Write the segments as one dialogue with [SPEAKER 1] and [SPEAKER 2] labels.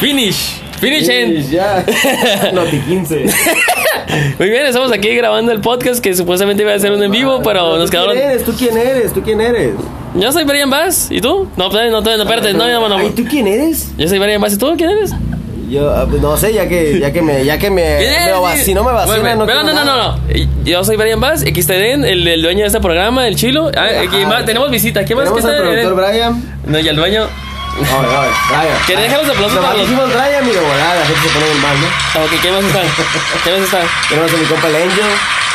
[SPEAKER 1] Finish. Finish en.
[SPEAKER 2] Ya. Noti 15.
[SPEAKER 1] Muy bien, estamos aquí grabando el podcast que supuestamente iba a ser un en vivo, pero nos
[SPEAKER 2] ¿Tú
[SPEAKER 1] quedaron.
[SPEAKER 2] quién eres? ¿Tú quién eres? ¿Tú quién eres?
[SPEAKER 1] Yo soy Brian Bass. ¿Y tú? No, espérate, no, espérate, no, espérate, no, no, no, no.
[SPEAKER 2] Ay, ¿tú Eh, quién eres?
[SPEAKER 1] Yo soy Brian Bass. ¿Y tú quién eres?
[SPEAKER 2] Yo ah, pues, no sé, ya que, ya que me, ya que me,
[SPEAKER 1] ¿Quién
[SPEAKER 2] me
[SPEAKER 1] eres?
[SPEAKER 2] vacino, me vacina.
[SPEAKER 1] Vuelve.
[SPEAKER 2] no,
[SPEAKER 1] Pero
[SPEAKER 2] quiero
[SPEAKER 1] no, no,
[SPEAKER 2] nada.
[SPEAKER 1] no, no. Yo soy Brian Bass, XTDN, el, el dueño de este programa, el chilo. Ah,
[SPEAKER 2] Ajá.
[SPEAKER 1] aquí más- tenemos visita. ¿Quién más
[SPEAKER 2] Tenemos
[SPEAKER 1] que
[SPEAKER 2] al
[SPEAKER 1] está en-
[SPEAKER 2] productor Brian.
[SPEAKER 1] No, y al dueño.
[SPEAKER 2] Oye, oye, Brian.
[SPEAKER 1] Que deje los aplausos
[SPEAKER 2] Nomás
[SPEAKER 1] para los-
[SPEAKER 2] dijimos Brian y de volada la gente se pone bien mal, ¿no?
[SPEAKER 1] Ah, ok, ¿quién más está? ¿Quién más está?
[SPEAKER 2] Tenemos a mi compa el Angel.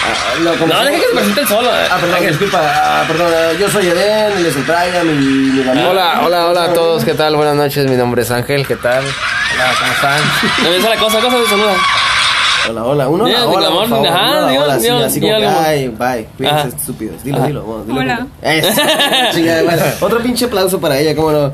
[SPEAKER 2] Ah, lo
[SPEAKER 1] No,
[SPEAKER 2] conocemos-
[SPEAKER 1] deja que se presente el solo.
[SPEAKER 2] Ah, perdón, disculpa. Ah, perdón, ah, yo soy Eden, él es el Brian y mi amigo.
[SPEAKER 3] Hola, hola, hola a todos, ¿qué tal? Buenas noches, mi nombre es Ángel, ¿qué tal? Hola, ¿cómo están?
[SPEAKER 1] Empieza la cosa, cosa de saluda.
[SPEAKER 2] Hola, hola. Uno,
[SPEAKER 1] Diga,
[SPEAKER 2] hola, hola,
[SPEAKER 1] amor,
[SPEAKER 2] por favor.
[SPEAKER 1] ajá,
[SPEAKER 2] Una,
[SPEAKER 1] diga,
[SPEAKER 2] hola, así,
[SPEAKER 1] diga,
[SPEAKER 2] así como
[SPEAKER 1] diga
[SPEAKER 2] que,
[SPEAKER 1] algo.
[SPEAKER 2] ay, bye, cuídense
[SPEAKER 1] Ajá.
[SPEAKER 2] estúpidos. Dilo, dilo, vamos, dilo.
[SPEAKER 4] Hola.
[SPEAKER 2] dilo. Eso, chingada madre. Otro pinche aplauso para ella, cómo no.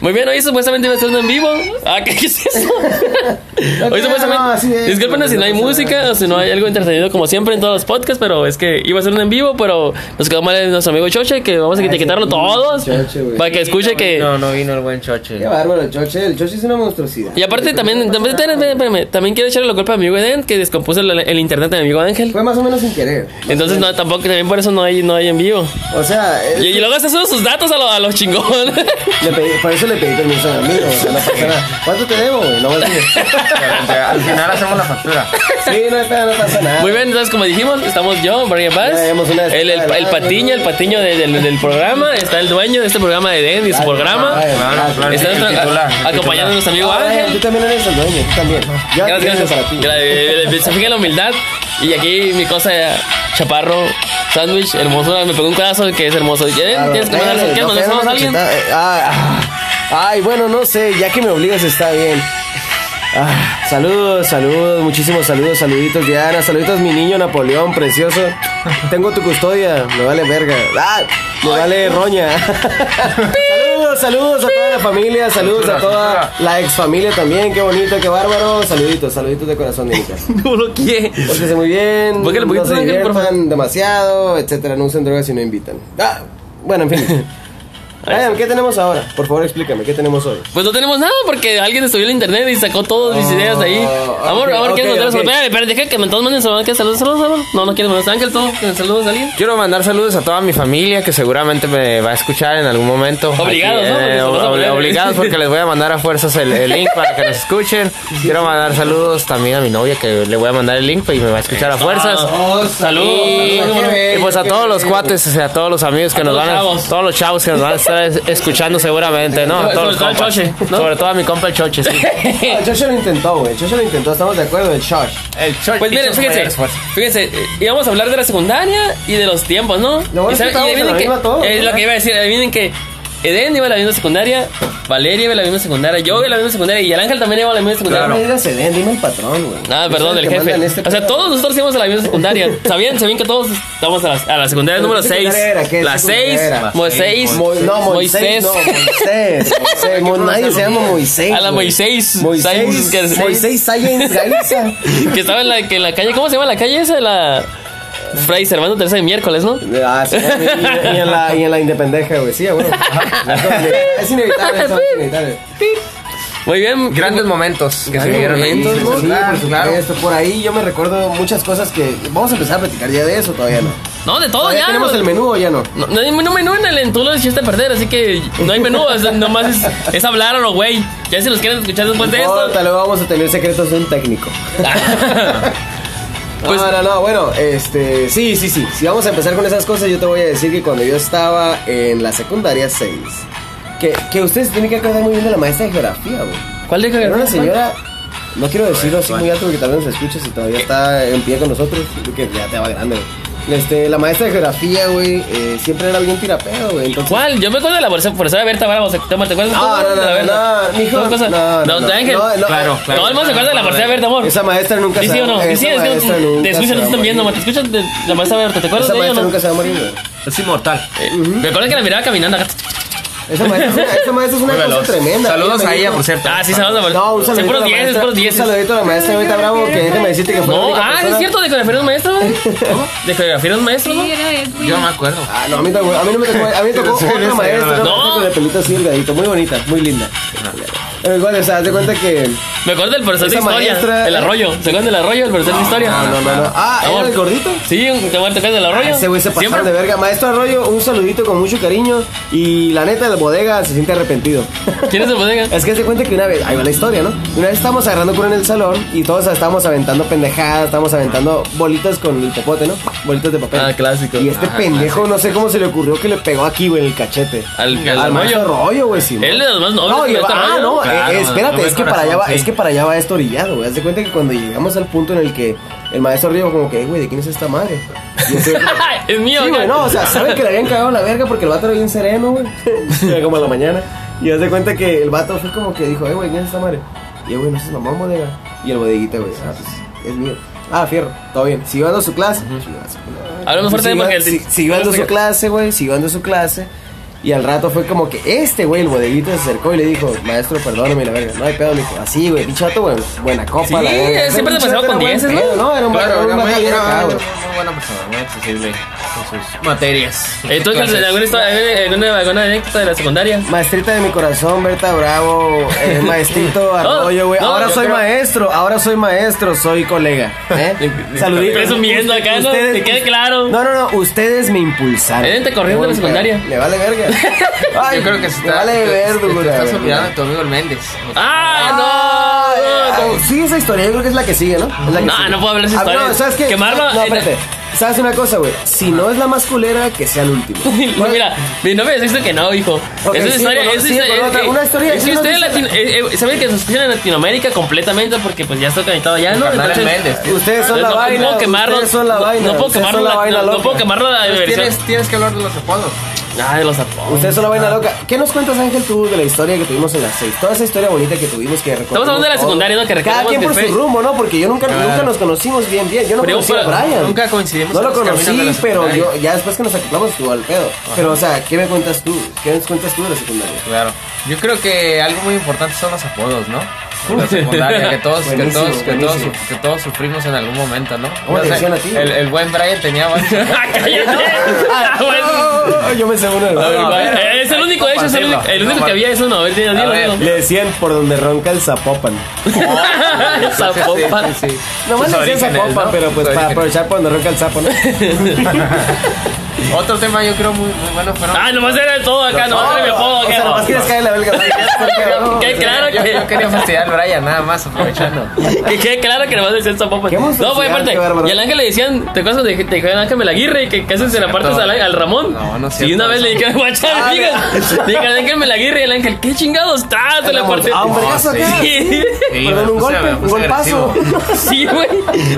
[SPEAKER 1] Muy bien, hoy supuestamente iba a ser un en vivo. Ah, ¿qué, qué es eso? hoy
[SPEAKER 2] creo, no, así
[SPEAKER 1] supuestamente.
[SPEAKER 2] es,
[SPEAKER 1] Disculpen si no hay
[SPEAKER 2] no pasa
[SPEAKER 1] música o si no hay algo entretenido como siempre en todos los podcasts, pero es que iba a ser un en vivo, pero nos quedó mal nuestro amigo Choche, que vamos a
[SPEAKER 2] Ay,
[SPEAKER 1] etiquetarlo
[SPEAKER 2] Ah, sí,
[SPEAKER 1] todos.
[SPEAKER 2] Choche, güey.
[SPEAKER 1] para que escuche que.
[SPEAKER 3] No, no vino el buen Choche.
[SPEAKER 2] Qué bárbaro, el Choche. El Choche es una monstruosidad.
[SPEAKER 1] Y aparte también, también, espérame, espérame, también quiero echarle la culpa a mi amigo Eden, que descompuso el, el internet de mi amigo Ángel.
[SPEAKER 2] Fue más o menos sin querer.
[SPEAKER 1] Entonces no, tampoco, también por eso no hay, no hay en vivo.
[SPEAKER 2] O sea, eh,
[SPEAKER 1] Y, y luego haces sus datos a, lo- a los chingones.
[SPEAKER 2] le pedí- por eso le pedí permiso a mi amigo. o sea, no pasa nada. ¿Cuánto te debo, güey? No voy a decir.
[SPEAKER 3] Al final hacemos la factura.
[SPEAKER 2] Sí, no, está- no pasa nada.
[SPEAKER 1] Muy bien, entonces como dijimos, estamos yo, Brian Paz,
[SPEAKER 2] Ya vemos una
[SPEAKER 1] el, el, el patiño, el patiño de- del, del programa, está el dueño de este programa de Eden y su programa.
[SPEAKER 2] Ay,
[SPEAKER 3] Claro, claro.
[SPEAKER 1] Está
[SPEAKER 3] el
[SPEAKER 1] nuestro-
[SPEAKER 3] titular, el
[SPEAKER 1] a- acompañando a nuestro amigo
[SPEAKER 2] Ah, Brian, Tú
[SPEAKER 1] Ángel.
[SPEAKER 2] también eres el dueño, tú también. Ya
[SPEAKER 1] Gracias,
[SPEAKER 2] tienes
[SPEAKER 1] gracias.
[SPEAKER 2] para ti.
[SPEAKER 1] Gracias. Se fija la humildad. Y aquí mi cosa, chaparro, sándwich, hermosura. Me pegó un pedazo que es hermoso. ¿Y, eh,
[SPEAKER 2] Claro,
[SPEAKER 1] ¿Tienes que mandar
[SPEAKER 2] dale,
[SPEAKER 1] ¿quieres
[SPEAKER 2] no,
[SPEAKER 1] mandar
[SPEAKER 2] pero
[SPEAKER 1] saludos a
[SPEAKER 2] una
[SPEAKER 1] alguien?
[SPEAKER 2] cachetada, eh, ah, ah. ay, bueno, no sé, ya que me obligas está bien. Ah, saludos, saludos, muchísimos saludos, saluditos Diana, saluditos mi niño Napoleón, precioso. Tengo tu custodia, me vale verga. Ah, me vale roña. saludos, saludos a toda la familia, saludos a toda la ex familia también, qué bonito, qué bárbaro. Saluditos, saluditos de corazón, niñitas.
[SPEAKER 1] No lo quiere.
[SPEAKER 2] Pórtense muy bien,
[SPEAKER 1] Póngale poquito
[SPEAKER 2] no se
[SPEAKER 1] de ángel, por favor.
[SPEAKER 2] diviertan demasiado, etcétera, no usen drogas si no invitan. Ah, bueno, en fin. Brian, ¿qué tenemos ahora? Por favor, explícame, ¿qué tenemos hoy?
[SPEAKER 1] Pues no tenemos nada porque alguien subió el internet y sacó todas mis ideas de ahí.
[SPEAKER 2] Oh, ok,
[SPEAKER 1] Amor, amor, ¿quieres
[SPEAKER 2] ok,
[SPEAKER 1] mandar saludos?
[SPEAKER 2] ok.
[SPEAKER 1] Espérate, espérate, deja que me todos manden saludos. ¿Quieres saludos, saludos, amor? No, no quieres mandar Ángel, todo. ¿Saludos a alguien?
[SPEAKER 3] Quiero mandar saludos a toda mi familia que seguramente me va a escuchar en algún momento. eh,
[SPEAKER 1] Obligados, ¿no? Porque se los
[SPEAKER 3] ob-
[SPEAKER 1] van a
[SPEAKER 3] ob-
[SPEAKER 1] poner.
[SPEAKER 3] obligados porque les voy a mandar a fuerzas el, el link para que nos escuchen. Quiero mandar saludos también a mi novia que le voy a mandar el link y me va a escuchar a fuerzas.
[SPEAKER 1] Saludos.
[SPEAKER 3] Y, y pues a todos los cuates, o sea, a todos los amigos que nos
[SPEAKER 1] todos
[SPEAKER 3] van a,
[SPEAKER 1] los chavos.
[SPEAKER 3] todos los chavos que nos van a estar es- escuchando seguramente, ¿no? A
[SPEAKER 1] Sobre
[SPEAKER 3] todos los
[SPEAKER 1] todo al
[SPEAKER 3] compas.
[SPEAKER 1] Choche, ¿no?
[SPEAKER 3] Sobre todo a mi compa el Choche, sí.
[SPEAKER 2] Ah, el Josh lo intentó, güey. El Josh lo intentó, estamos de acuerdo, el Josh.
[SPEAKER 3] El Choche.
[SPEAKER 1] Pues miren, fíjense, fíjense, eh, íbamos a hablar de la secundaria y de los tiempos, ¿no?
[SPEAKER 2] Lo bueno
[SPEAKER 1] y
[SPEAKER 2] es que estábamos en
[SPEAKER 1] adivinen
[SPEAKER 2] la misma todos,
[SPEAKER 1] es lo
[SPEAKER 2] ¿verdad?
[SPEAKER 1] que iba a decir, adivinen que Eden iba a la misma secundaria, Valeria iba a la misma secundaria, yo iba a la misma secundaria y el Ángel también iba a la misma secundaria.
[SPEAKER 2] No me digas Eden, dime el patrón, güey.
[SPEAKER 1] Ah,
[SPEAKER 2] Yo
[SPEAKER 1] perdón,
[SPEAKER 2] soy
[SPEAKER 1] el
[SPEAKER 2] que
[SPEAKER 1] jefe.
[SPEAKER 2] manda en este
[SPEAKER 1] o sea,
[SPEAKER 2] pedo.
[SPEAKER 1] todos nosotros íbamos a la misma secundaria. ¿Sabían? ¿Sabían que todos estamos a la, a la secundaria
[SPEAKER 2] Pero
[SPEAKER 1] número
[SPEAKER 2] ¿qué
[SPEAKER 1] 6?
[SPEAKER 2] secundaria era? ¿Qué
[SPEAKER 1] La 6,
[SPEAKER 2] secundaria era?
[SPEAKER 1] Moisés,
[SPEAKER 2] Mo- no, Moisés.
[SPEAKER 1] Moisés.
[SPEAKER 2] No, Moisés. Moisés. Mo- nadie se llama Moisés.
[SPEAKER 1] A la
[SPEAKER 2] güey.
[SPEAKER 1] Moisés. Sáenz
[SPEAKER 2] Moisés.
[SPEAKER 1] Garcés.
[SPEAKER 2] Moisés Sáenz Galiza.
[SPEAKER 1] Que estaba en la, que en la calle, ¿cómo se llama la calle esa? La Fray Servando Teresa de miércoles, ¿no?
[SPEAKER 2] Ah, sí, y, y en la, y en la independencia, güey. Sí, bueno. Es inevitable, eso, es inevitable.
[SPEAKER 1] Muy bien.
[SPEAKER 3] Grandes momentos que se vieron ahí.
[SPEAKER 1] momentos, ¿no?
[SPEAKER 2] Sí,
[SPEAKER 3] Claro,
[SPEAKER 2] por
[SPEAKER 3] claro.
[SPEAKER 2] supuesto. Por ahí yo me recuerdo muchas cosas que. Vamos a empezar a platicar ya de eso, todavía no.
[SPEAKER 1] No, de todo
[SPEAKER 2] ¿Todavía
[SPEAKER 1] Oh, ya.
[SPEAKER 2] tenemos el menú o ya no?
[SPEAKER 1] No, no hay menú, menú en el en tú lo echaste a perder, así que no hay menú, es- nomás es, es hablar a lo güey. Ya si los quieren escuchar después Pues de
[SPEAKER 2] No,
[SPEAKER 1] esto.
[SPEAKER 2] tal vez vamos a tener secretos de un técnico.
[SPEAKER 1] Pues-
[SPEAKER 2] no, no, no, bueno, este, sí, sí, sí. Si vamos a empezar con esas cosas, yo te voy a decir que cuando yo estaba en la secundaria 6, que, que ustedes tienen que acordar muy bien de la maestra de geografía, güey.
[SPEAKER 1] ¿Cuál dijo que
[SPEAKER 2] Era una señora, no quiero decirlo así muy alto porque tal vez nos escuche si todavía está en pie con nosotros, que ya te va grande, güey. Este, la maestra de geografía, güey, eh, siempre era bien tirapedo, güey. Entonces,
[SPEAKER 1] ¿Cuál? Yo me acuerdo de la profesora profesora Berta Bravo, ¿se- ¿te acuerdas?
[SPEAKER 2] No, Ah, no,
[SPEAKER 1] de la
[SPEAKER 2] no,
[SPEAKER 1] Berta?
[SPEAKER 2] no, mijo,
[SPEAKER 1] ¿Dos cosas?
[SPEAKER 2] no, no,
[SPEAKER 1] No,
[SPEAKER 2] no,
[SPEAKER 1] Ángel.
[SPEAKER 2] no, no,
[SPEAKER 3] Claro, claro.
[SPEAKER 1] Todo el mundo se acuerda de la profesora Berta, amor.
[SPEAKER 2] Esa maestra nunca
[SPEAKER 1] ¿Y sí
[SPEAKER 2] se
[SPEAKER 1] o no?
[SPEAKER 2] esa
[SPEAKER 1] ¿Y sí? Es que
[SPEAKER 2] maestra
[SPEAKER 1] te-
[SPEAKER 2] nunca
[SPEAKER 1] te escuchan,
[SPEAKER 2] se
[SPEAKER 1] te
[SPEAKER 2] va a
[SPEAKER 1] están viendo, amor.
[SPEAKER 2] morir.
[SPEAKER 1] Te escuchan de la maestra Berta, ¿te acuerdas
[SPEAKER 2] Esa
[SPEAKER 1] de ella o
[SPEAKER 2] maestra
[SPEAKER 1] no?
[SPEAKER 2] nunca se va a morir, güey.
[SPEAKER 3] Es inmortal.
[SPEAKER 1] Me acuerdo que la miraba caminando acá.
[SPEAKER 2] Esa maestra es una, esa maestra es una
[SPEAKER 4] Muy
[SPEAKER 2] cosa
[SPEAKER 4] veloz.
[SPEAKER 2] tremenda.
[SPEAKER 4] Saludos
[SPEAKER 2] me
[SPEAKER 4] a ella,
[SPEAKER 2] dijo-
[SPEAKER 4] por cierto.
[SPEAKER 1] Ah, sí, saludos a
[SPEAKER 2] No, un
[SPEAKER 1] Sí,
[SPEAKER 2] saludito.
[SPEAKER 1] puros
[SPEAKER 2] a la
[SPEAKER 1] 10,
[SPEAKER 2] maestra-
[SPEAKER 1] puros
[SPEAKER 2] Un
[SPEAKER 1] 10.
[SPEAKER 2] saludito a la maestra ahorita bravo que déjame decirte que fue la
[SPEAKER 1] No,
[SPEAKER 2] única
[SPEAKER 1] ah, sí
[SPEAKER 2] persona-
[SPEAKER 1] es cierto, de coreografía era un maestro. ¿no? De coreografía era un maestro, ¿no?
[SPEAKER 5] Sí, era él, güey.
[SPEAKER 4] Yo no me acuerdo.
[SPEAKER 2] Ah, no, a mí, tampoco- a mí no me tocó, a mí me tocó
[SPEAKER 4] Sí,
[SPEAKER 2] otra
[SPEAKER 4] sí,
[SPEAKER 2] maestra, una
[SPEAKER 4] no.
[SPEAKER 2] maestra con el pelito así delgadito, muy bonita, muy linda. Pero igual, o sea, haz de cuenta que...
[SPEAKER 1] Me acuerdo del profesor de
[SPEAKER 2] Esa
[SPEAKER 1] historia.
[SPEAKER 2] maestra-
[SPEAKER 1] El arroyo. ¿Se acuerdan del arroyo? El profesor de historia.
[SPEAKER 2] No, no, no, no. Ah, ¿era
[SPEAKER 1] Vamos.
[SPEAKER 2] el gordito? Ah,
[SPEAKER 1] Sí, te voy a tocar del arroyo.
[SPEAKER 2] Ese güey se pasaron
[SPEAKER 1] Siempre.
[SPEAKER 2] de verga. Maestro Arroyo, un saludito con mucho cariño. Y la neta, la bodega se siente arrepentido.
[SPEAKER 1] ¿Quién es el bodega?
[SPEAKER 2] Es que se cuenta que una vez, ahí va la historia, ¿no? Una vez estábamos agarrando cura en el salón y todos estábamos aventando pendejadas, estábamos aventando bolitas con el popote, ¿no? Bolitas de papel.
[SPEAKER 1] Ah, clásico.
[SPEAKER 2] Y este
[SPEAKER 4] Ah,
[SPEAKER 2] pendejo, no sé cómo se le ocurrió que le pegó aquí, güey, en el cachete.
[SPEAKER 1] Al- al
[SPEAKER 2] maestro
[SPEAKER 1] Arroyo.
[SPEAKER 2] Arroyo, güey, sí.
[SPEAKER 1] Él es de los más nobles
[SPEAKER 2] No,
[SPEAKER 1] del
[SPEAKER 2] y-
[SPEAKER 1] maestro
[SPEAKER 2] ah,
[SPEAKER 1] Arroyo,
[SPEAKER 2] no,
[SPEAKER 1] ¿no?
[SPEAKER 2] eh,
[SPEAKER 4] Claro,
[SPEAKER 2] eh, espérate,
[SPEAKER 4] no,
[SPEAKER 2] es que
[SPEAKER 4] corazón,
[SPEAKER 2] para allá va,
[SPEAKER 4] sí.
[SPEAKER 2] es que para allá va esto orillado, güey. Haz de cuenta que cuando llegamos al punto en el que el maestro Arroyo como que, "Ey, güey, ¿de quién es esta madre? Y ese-
[SPEAKER 1] Es mío,
[SPEAKER 2] Sí,
[SPEAKER 1] güey.
[SPEAKER 2] güey, no, o sea, saben que le habían cagado la verga porque el vato era bien sereno, güey. Era como a la mañana. Y haz de cuenta que el vato fue como que dijo, eh, güey, ¿quién es esta madre? Y yo, güey, no seas mamón, bodega. Y el bodeguita, güey, ah, pues, es mío. Ah, fierro, todo bien. Siguió dando su clase.
[SPEAKER 1] Habla más fuerte
[SPEAKER 2] Siguió-
[SPEAKER 1] porque el-
[SPEAKER 2] si- Siguió dando su clase, güey, siguió dando su clase. Y al rato fue como que este, güey, el bodeguita se acercó y le dijo, maestro, perdóname, la verga. No hay pedo, le dijo, así, güey, pichato, güey, buena copa,
[SPEAKER 1] Sí,
[SPEAKER 2] la verga.
[SPEAKER 1] él siempre
[SPEAKER 2] Era un
[SPEAKER 1] se pasaba
[SPEAKER 2] chato,
[SPEAKER 1] con
[SPEAKER 2] era buen
[SPEAKER 1] 10, ¿no?
[SPEAKER 2] pedo, No, era un
[SPEAKER 4] Claro,
[SPEAKER 2] vato-
[SPEAKER 4] era
[SPEAKER 2] un vato
[SPEAKER 4] muy,
[SPEAKER 2] bien
[SPEAKER 4] era
[SPEAKER 2] acá, güey.
[SPEAKER 4] muy buena persona, muy accesible con sus materias.
[SPEAKER 1] Entonces,
[SPEAKER 4] Clases.
[SPEAKER 1] alguna historia, alguna, alguna, alguna anécdota de la secundaria.
[SPEAKER 2] Maestrita de mi corazón, Berta Bravo, eh, maestrito Arroyo, güey.
[SPEAKER 1] no,
[SPEAKER 2] ahora
[SPEAKER 1] yo
[SPEAKER 2] soy
[SPEAKER 1] creo-
[SPEAKER 2] maestro, ahora soy maestro, soy colega. ¿eh? Saluditos.
[SPEAKER 1] Presumiendo acá, ¿no? Que quede claro.
[SPEAKER 2] No, no, no, ustedes me impulsaron.
[SPEAKER 1] Él te corrió de la secundaria.
[SPEAKER 2] Le vale verga. Ay,
[SPEAKER 4] Yo creo que se
[SPEAKER 2] le
[SPEAKER 4] está.
[SPEAKER 2] vale
[SPEAKER 4] te-
[SPEAKER 2] verga,
[SPEAKER 4] te-
[SPEAKER 2] güey.
[SPEAKER 4] Te estás olvidando de tu amigo el Méndez.
[SPEAKER 1] ¡Ah,
[SPEAKER 2] Ay,
[SPEAKER 1] no! no,
[SPEAKER 2] ay,
[SPEAKER 1] como-
[SPEAKER 2] sigue esa historia, yo creo que es la que sigue, ¿no? Es la que
[SPEAKER 1] No,
[SPEAKER 2] sigue.
[SPEAKER 1] no puedo hablar de esa
[SPEAKER 2] Ah,
[SPEAKER 1] historia.
[SPEAKER 2] No, ¿sabes qué?
[SPEAKER 1] Quemarlo-
[SPEAKER 2] No, espérate. ¿Sabes una cosa, güey? Si no es la más culera, que sea el último.
[SPEAKER 1] No, mira, mi novia dice que no, hijo.
[SPEAKER 2] Ok,
[SPEAKER 1] Esa es
[SPEAKER 2] sí,
[SPEAKER 1] historia,
[SPEAKER 2] con-
[SPEAKER 1] esa
[SPEAKER 2] sí,
[SPEAKER 1] historia-
[SPEAKER 2] con otra-
[SPEAKER 1] eh,
[SPEAKER 2] una historia,
[SPEAKER 1] Es
[SPEAKER 2] sí,
[SPEAKER 1] que
[SPEAKER 2] no
[SPEAKER 1] ustedes
[SPEAKER 2] dice-
[SPEAKER 1] latino- eh, eh, saben que se escuchan en Latinoamérica completamente porque pues ya está conectado allá, ¿no?
[SPEAKER 4] Carnal
[SPEAKER 1] Entonces,
[SPEAKER 4] Méndez, tío.
[SPEAKER 2] Ustedes son
[SPEAKER 1] no-
[SPEAKER 2] la
[SPEAKER 1] no
[SPEAKER 2] vaina.
[SPEAKER 1] puedo quemarlo,
[SPEAKER 2] ustedes son la
[SPEAKER 1] no-
[SPEAKER 2] vaina.
[SPEAKER 1] No puedo
[SPEAKER 2] ustedes son
[SPEAKER 1] quemarlo,
[SPEAKER 2] la
[SPEAKER 1] la-
[SPEAKER 2] vaina
[SPEAKER 1] no- no
[SPEAKER 2] loca.
[SPEAKER 1] puedo quemarlo la
[SPEAKER 4] Entonces,
[SPEAKER 1] diversión.
[SPEAKER 4] Pues Tienes, tienes que hablar de los apodos.
[SPEAKER 1] Ah, de los apodos.
[SPEAKER 2] Ustedes son la vaina loca. ¿Qué nos cuentas, Ángel, tú de la historia que tuvimos en las seis? Toda esa historia bonita que tuvimos que recordamos.
[SPEAKER 1] hablando de la
[SPEAKER 2] todo.
[SPEAKER 1] secundaria, ¿no? Que
[SPEAKER 2] Cada
[SPEAKER 1] recordamos
[SPEAKER 2] quien
[SPEAKER 1] que
[SPEAKER 2] por
[SPEAKER 1] fue-
[SPEAKER 2] su rumbo, ¿no? Porque yo nunca, nunca nos conocimos bien, bien. Yo no
[SPEAKER 1] Pero yo
[SPEAKER 2] conocí a
[SPEAKER 1] fue-
[SPEAKER 2] Brian.
[SPEAKER 4] Nunca coincidimos.
[SPEAKER 2] No
[SPEAKER 4] en
[SPEAKER 2] lo
[SPEAKER 4] los caminos de
[SPEAKER 2] conocí,
[SPEAKER 4] la
[SPEAKER 2] pero
[SPEAKER 4] secundaria.
[SPEAKER 2] yo ya después que nos acoplamos estuvo al pedo. Pero, o sea, ¿qué me cuentas tú? ¿Qué nos cuentas tú de la secundaria?
[SPEAKER 4] Claro. Yo creo que algo muy importante son los apodos, ¿no? En La secundaria, que todos, que
[SPEAKER 2] Buenísimo,
[SPEAKER 4] todos, que todos,
[SPEAKER 2] buenísimo.
[SPEAKER 4] que todos sufrimos en algún momento, ¿no?
[SPEAKER 2] ¿Cómo te decían a ti?
[SPEAKER 4] El, el buen Brian tenía varios apodos.
[SPEAKER 1] ¡Ah, cállate! Ah, bueno.
[SPEAKER 2] Oh, yo me sé uno de los-
[SPEAKER 1] A ver,
[SPEAKER 4] ver,
[SPEAKER 1] Es el único, de hecho, es el único, el
[SPEAKER 4] no,
[SPEAKER 1] único que
[SPEAKER 4] vale.
[SPEAKER 1] había eso, no, a ver, dilo, dilo,
[SPEAKER 4] ver.
[SPEAKER 1] dilo.
[SPEAKER 2] Le decían por donde ronca el zapopan.
[SPEAKER 1] Zapopan.
[SPEAKER 4] Ah, Sí, sí, sí.
[SPEAKER 2] Nomás
[SPEAKER 4] Sus
[SPEAKER 2] le decían
[SPEAKER 4] orígenes,
[SPEAKER 2] zapopan,
[SPEAKER 4] ¿no?
[SPEAKER 2] pero pues
[SPEAKER 4] Sus
[SPEAKER 2] para
[SPEAKER 4] orígenes.
[SPEAKER 2] aprovechar por donde ronca el sapo, ¿no?
[SPEAKER 4] Otro tema yo creo muy, muy bueno fueron...
[SPEAKER 1] Ah, nomás era de todo acá, nomás era mi apodo
[SPEAKER 2] O sea, nomás
[SPEAKER 1] acá.
[SPEAKER 2] quieres caer en la belga. ¿no?
[SPEAKER 1] Que claro
[SPEAKER 4] yo,
[SPEAKER 1] que.
[SPEAKER 4] yo quería fastidiar a Brian, nada más aprovechando.
[SPEAKER 1] Que quede claro que nomás decían Zapopan.
[SPEAKER 2] Qué monstruo
[SPEAKER 1] pues. No, güey,
[SPEAKER 2] social,
[SPEAKER 1] aparte.
[SPEAKER 2] qué bárbaro.
[SPEAKER 1] Y al ángel le decían, ¿te acuerdas de te dijeron Ángel Aguirre? Que casi se la partes al, al Ramón.
[SPEAKER 4] No, no es
[SPEAKER 1] Y
[SPEAKER 4] cierto
[SPEAKER 1] una vez
[SPEAKER 4] eso. Ah,
[SPEAKER 1] le dijeron, guachar, digas. Dije, Ángel Aguirre y el ángel, ¿qué chingados? ¡Ah, se la parte.
[SPEAKER 2] Ah, un
[SPEAKER 4] No,
[SPEAKER 2] vergazo
[SPEAKER 4] sí.
[SPEAKER 2] acá.
[SPEAKER 1] Sí,
[SPEAKER 4] Sí,
[SPEAKER 2] Perdón,
[SPEAKER 4] me
[SPEAKER 2] un
[SPEAKER 4] puse-
[SPEAKER 2] golpe,
[SPEAKER 4] me
[SPEAKER 2] un
[SPEAKER 4] puse
[SPEAKER 2] golpazo.
[SPEAKER 4] agresivo.
[SPEAKER 1] Sí, güey.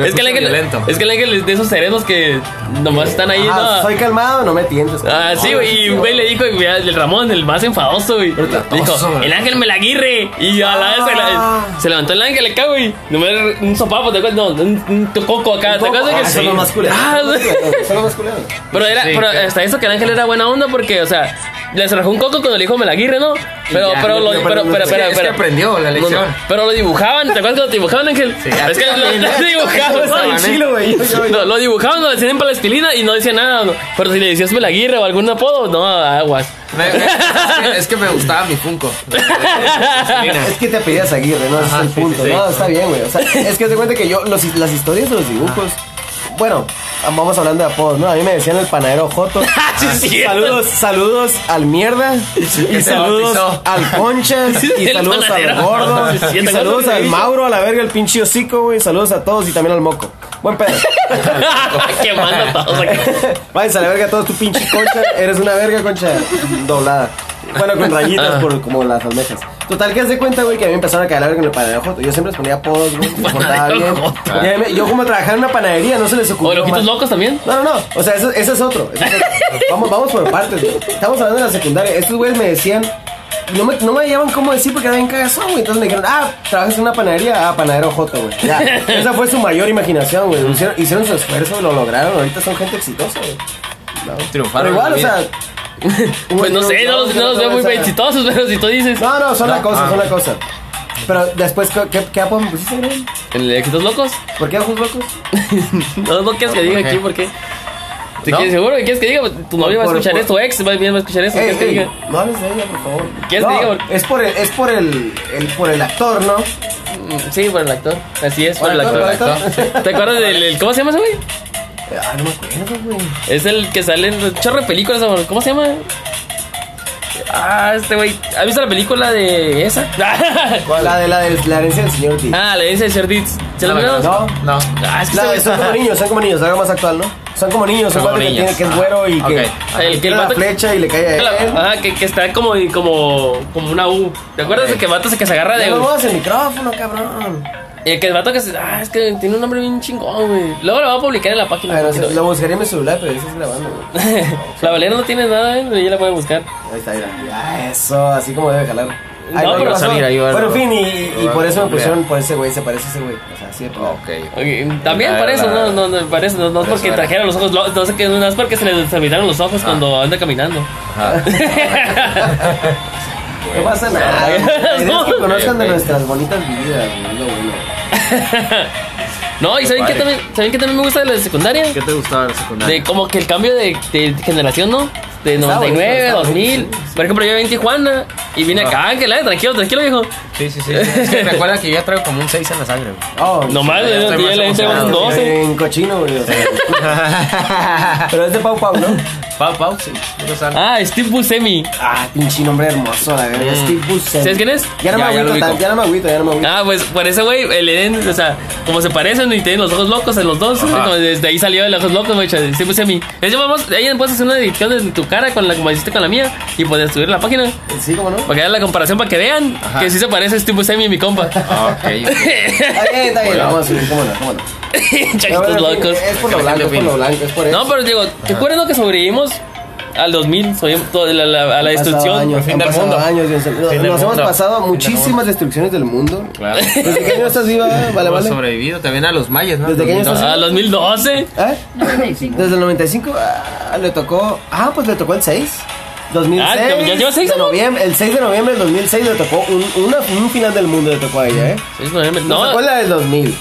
[SPEAKER 1] Es que el ángel.
[SPEAKER 4] violento.
[SPEAKER 1] Es que el ángel es de esos serenos que nomás están ahí,
[SPEAKER 2] Ah,
[SPEAKER 1] ¿no?
[SPEAKER 2] soy calmado, no me tientes.
[SPEAKER 1] Ah, sí, güey. Y un güey le dijo, güey, el Ramón, el más enfadoso, güey. Dijo,
[SPEAKER 4] güey.
[SPEAKER 1] el ángel me la aguirre. Y a la vez se, la-
[SPEAKER 4] Ah.
[SPEAKER 1] se levantó el ángel acá, güey. No me un sopapo, ¿te acuerdas? No, un, un coco acá, ¿te acuerdas?
[SPEAKER 2] Ah,
[SPEAKER 1] que
[SPEAKER 2] son los más culeros.
[SPEAKER 1] Ah, güey.
[SPEAKER 2] Son los más culeros.
[SPEAKER 1] Pero, era,
[SPEAKER 4] Sí,
[SPEAKER 1] pero
[SPEAKER 4] claro.
[SPEAKER 1] hasta eso que el ángel era buena onda porque, o sea, le cerrajó un coco cuando le dijo Melaguirre, ¿no? Pero,
[SPEAKER 4] ya,
[SPEAKER 1] pero,
[SPEAKER 4] no,
[SPEAKER 1] lo,
[SPEAKER 4] no,
[SPEAKER 1] pero,
[SPEAKER 4] no,
[SPEAKER 1] pero,
[SPEAKER 4] es que-
[SPEAKER 1] pero,
[SPEAKER 4] es
[SPEAKER 1] pero-
[SPEAKER 4] que aprendió la
[SPEAKER 1] No, no,
[SPEAKER 4] lección.
[SPEAKER 1] pero lo dibujaban, ¿te acuerdas cuando te dibujaban, Ángel? es que lo, lo ¿eh? dibujaban.
[SPEAKER 2] Soy chilo, güey. Yo- yo- yo-
[SPEAKER 1] No, lo dibujaban, lo decían en palestilina y no decía nada. no. Pero si le decías Melaguirre o algún apodo, no, aguas.
[SPEAKER 4] Me- me- es, que, es que me gustaba mi Funko.
[SPEAKER 2] Es que te pedías Aguirre, ¿no? Ese
[SPEAKER 4] Ajá,
[SPEAKER 2] es el
[SPEAKER 4] sí, sí,
[SPEAKER 2] punto.
[SPEAKER 4] sí.
[SPEAKER 2] No, está bien, güey. O sea, es que te cuenta que yo, los- las historias de los dibujos. Bueno, vamos hablando de apodos, ¿no? A mí me decían el panadero Joto.
[SPEAKER 1] Ah, Sí, es cierto.
[SPEAKER 2] Saludos, saludos al mierda.
[SPEAKER 4] Que
[SPEAKER 2] Y
[SPEAKER 4] se
[SPEAKER 2] saludos
[SPEAKER 4] bautizó.
[SPEAKER 2] al Conchas. Y
[SPEAKER 1] El
[SPEAKER 2] saludos al
[SPEAKER 1] panadero.
[SPEAKER 2] gordo.
[SPEAKER 1] Sí, sí,
[SPEAKER 2] Y
[SPEAKER 1] sí,
[SPEAKER 2] saludos
[SPEAKER 1] sí, sí.
[SPEAKER 2] al Mauro, a la verga, el pinche hocico, güey. Saludos a todos y también al moco. Buen pedo.
[SPEAKER 1] Quemando a todos aquí.
[SPEAKER 2] Váyanse a la verga todos, tu pinche concha. Eres una verga, concha. Doblada. Bueno, con rayitas por como las almejas. Total, que haz de cuenta, güey, que a mí me empezaron a caer la verga con el panadero Joto. Yo siempre les ponía apodos, güey. me portaba
[SPEAKER 1] Panadero
[SPEAKER 2] bien.
[SPEAKER 1] Joto.
[SPEAKER 2] Y a mí me- Yo como trabajaba en una panadería, no se les ocurrió.
[SPEAKER 1] O los ojitos
[SPEAKER 2] más.
[SPEAKER 1] locos también.
[SPEAKER 2] No, no, no. O sea, ese, ese es otro. Ese es otro. vamos, vamos por partes, güey. Estamos hablando de la secundaria. Estos güeyes me decían. No me, no me hallaban cómo decir porque era bien cagazón, güey. Entonces me dijeron, ah, trabajas en una panadería, ah, panadero Joto, güey. Ya. Esa fue su mayor imaginación, güey. Hicieron, hicieron su esfuerzo, lo lograron. Ahorita son gente exitosa, güey. No.
[SPEAKER 4] Triunfaron
[SPEAKER 2] Pero igual, o
[SPEAKER 4] en la
[SPEAKER 2] sea,
[SPEAKER 1] Pues no sé, no los, no los veo muy exitosos, pero si tú dices.
[SPEAKER 2] No, no, son la cosa,
[SPEAKER 4] ah.
[SPEAKER 2] son la cosa. Pero después, ¿qué, qué, qué apodo me pusiste, güey?
[SPEAKER 1] ¿El de Éxitos Locos?
[SPEAKER 2] ¿Por qué ojos locos?
[SPEAKER 1] No, no quieres que diga aquí, ¿por qué? ¿Te
[SPEAKER 4] ¿No?
[SPEAKER 1] quieres seguro que quieres que diga? Pues, Tu novia va a
[SPEAKER 2] Por-
[SPEAKER 1] escuchar
[SPEAKER 2] por-
[SPEAKER 1] esto, ex más bien va a escuchar esto.
[SPEAKER 2] Ey,
[SPEAKER 1] ¿Quieres que
[SPEAKER 2] ey,
[SPEAKER 1] diga?
[SPEAKER 2] no hables de ella, por favor.
[SPEAKER 1] ¿Quieres
[SPEAKER 2] no,
[SPEAKER 1] que diga?
[SPEAKER 2] Es por el, es por el, el- por el actor, ¿no?
[SPEAKER 1] Sí, por el actor. Así es, por el
[SPEAKER 2] Por
[SPEAKER 1] actor. ¿Te acuerdas del. el- ¿Cómo se llama ese güey?
[SPEAKER 2] Ah, no me acuerdo, güey.
[SPEAKER 1] Es el que sale en un chorro de películas, amor. ¿Cómo se llama? Ah, este güey. ¿Has visto la película de esa?
[SPEAKER 2] La de la de la herencia del señor D.
[SPEAKER 1] ah, la herencia de Sir Deeds. ¿Se la vieron?
[SPEAKER 2] No.
[SPEAKER 4] No.
[SPEAKER 1] Ah, es que
[SPEAKER 2] La de
[SPEAKER 1] ese
[SPEAKER 2] son
[SPEAKER 1] güey-
[SPEAKER 2] como niños, son como niños, algo más actual, ¿no? Son como niños, son
[SPEAKER 4] Como
[SPEAKER 2] cuate que
[SPEAKER 4] niños.
[SPEAKER 2] tiene que es güero y que
[SPEAKER 4] Ok.
[SPEAKER 1] El que el
[SPEAKER 2] tiene la
[SPEAKER 1] vato-
[SPEAKER 2] flecha y le cae a él.
[SPEAKER 1] Ajá, Ah, que, que está como, como, como una U. ¿Te acuerdas
[SPEAKER 2] Eh.
[SPEAKER 1] de que el vato se que se agarra de
[SPEAKER 2] No muevas el micrófono, cabrón.
[SPEAKER 1] Y que el vato que se. Ah, es que tiene un nombre bien chingón, güey. Luego lo voy a publicar en la
[SPEAKER 2] A
[SPEAKER 1] página.
[SPEAKER 2] ver, no
[SPEAKER 1] porque
[SPEAKER 2] sé, lo buscaría en mi celular, pero estás grabando, güey.
[SPEAKER 1] la Valera no tiene nada, ¿eh? pero ella la puede buscar.
[SPEAKER 2] Ahí está, mira. Ah, eso, así como debe jalar. Ay,
[SPEAKER 1] No,
[SPEAKER 2] ¿qué
[SPEAKER 1] pero
[SPEAKER 2] pasó?
[SPEAKER 3] salir ahí, bueno.
[SPEAKER 2] Bueno, en fin, y, y por eso me
[SPEAKER 4] Googlea.
[SPEAKER 2] pusieron por ese güey, se parece a ese güey. O sea, siempre.
[SPEAKER 4] Ok.
[SPEAKER 1] Ok, También
[SPEAKER 4] Ah,
[SPEAKER 1] para eso,
[SPEAKER 4] la-
[SPEAKER 1] no, no, no, para eso, no, no es
[SPEAKER 4] Eso
[SPEAKER 1] porque
[SPEAKER 4] era. Ah.
[SPEAKER 1] trajeron los ojos, lo- no sé qué, no es porque se les olvidaron los ojos cuando anda caminando.
[SPEAKER 4] Ajá.
[SPEAKER 2] No pasa nada. güey. La idea es que
[SPEAKER 1] No.
[SPEAKER 2] conozcan de
[SPEAKER 4] Ok, ok.
[SPEAKER 2] nuestras bonitas vidas, güey, es lo bueno.
[SPEAKER 1] no, y ¿saben qué,
[SPEAKER 4] padre.
[SPEAKER 1] también, ¿saben qué también me gusta de la secundaria?
[SPEAKER 4] ¿Qué te gustaba de la secundaria?
[SPEAKER 1] De como que el cambio de, de generación, ¿no? De
[SPEAKER 2] Está
[SPEAKER 1] 99,
[SPEAKER 2] bonito, está
[SPEAKER 1] 2000.
[SPEAKER 2] bonito,
[SPEAKER 1] Por ejemplo, yo viví en Tijuana y vine acá, Ángel, eh, tranquilo, tranquilo, viejo.
[SPEAKER 4] Sí, sí, sí. Es que recuerda que yo ya traigo como un 6 en la sangre, güey.
[SPEAKER 2] Oh,
[SPEAKER 1] Nomás,
[SPEAKER 4] ya
[SPEAKER 1] yo
[SPEAKER 4] estoy
[SPEAKER 1] yo
[SPEAKER 4] más
[SPEAKER 1] le hice
[SPEAKER 4] emocionado,
[SPEAKER 1] un
[SPEAKER 4] sí.
[SPEAKER 1] 12.
[SPEAKER 2] En cochino, güey. o sea. Pero es de Pau Pau, ¿no?
[SPEAKER 4] Pau, Pau, sí. Yo sal.
[SPEAKER 1] Ah, Steve Buscemi.
[SPEAKER 2] Ah, pinche nombre hermoso, la verdad. Steve Buscemi.
[SPEAKER 1] ¿Sabes quién es?
[SPEAKER 2] Ya no me
[SPEAKER 4] Ya, ya lo
[SPEAKER 2] agüito,
[SPEAKER 4] ubico.
[SPEAKER 2] tan- ya no me agüito, ya no me agüito.
[SPEAKER 1] Ah, pues por ese güey, el Eden, o sea, como se parecen y tienen los ojos locos en los dos,
[SPEAKER 4] Ajá.
[SPEAKER 1] como desde ahí salió el ojos locos, güey, Steve Buscemi. Es vamos, ahí puedes hacer una edición de tu cara con la como hiciste con la mía y puedes subir la página
[SPEAKER 2] Sí, ¿cómo no? Ah,
[SPEAKER 1] para que hagan la comparación para que vean que sí se parece Steve Buscemi y mi compa.
[SPEAKER 4] Ah, ok.
[SPEAKER 2] Está bien, está bien. Vamos a subir, ¿cómo no? ¿Cómo no?
[SPEAKER 1] Chavitos
[SPEAKER 2] Pero, en fin,
[SPEAKER 1] locos.
[SPEAKER 2] Es por
[SPEAKER 4] Que
[SPEAKER 2] lo
[SPEAKER 4] la
[SPEAKER 2] blanco, es por
[SPEAKER 4] gente
[SPEAKER 2] lo
[SPEAKER 4] opine.
[SPEAKER 2] blanco, es por eso.
[SPEAKER 1] No, pues, pero digo, ¿te acuerdas no, que sobrevivimos al 2000? Soy, a la, la- a la
[SPEAKER 2] Han pasado
[SPEAKER 1] destrucción.
[SPEAKER 2] años,
[SPEAKER 1] fin
[SPEAKER 2] han
[SPEAKER 1] del
[SPEAKER 2] pasado
[SPEAKER 1] mundo.
[SPEAKER 2] años, Dios mío. nos
[SPEAKER 4] del
[SPEAKER 2] nos hemos
[SPEAKER 4] mundo.
[SPEAKER 2] pasado
[SPEAKER 4] Fin del
[SPEAKER 2] muchísimas
[SPEAKER 4] mundo.
[SPEAKER 2] destrucciones del mundo. Pues,
[SPEAKER 4] Claro.
[SPEAKER 2] ¿Desde qué año estás viva? Vale,
[SPEAKER 4] Hemos
[SPEAKER 2] vale.
[SPEAKER 4] sobrevivido también a los mayas, ¿no?
[SPEAKER 2] Desde que años
[SPEAKER 4] No,
[SPEAKER 2] estás-
[SPEAKER 1] Ah, 2012.
[SPEAKER 2] ¿Eh? Desde el 95 ah, le tocó. Ah, pues le tocó el 6. 2006.
[SPEAKER 1] Ah, ¿ya- ya lleva seis
[SPEAKER 2] de
[SPEAKER 1] años?
[SPEAKER 2] noviembre, El 6 de noviembre del 2006 le tocó un, una- un final del mundo, le tocó a ella, ¿eh? Nos
[SPEAKER 1] Mm. No,
[SPEAKER 2] tocó la del 2000.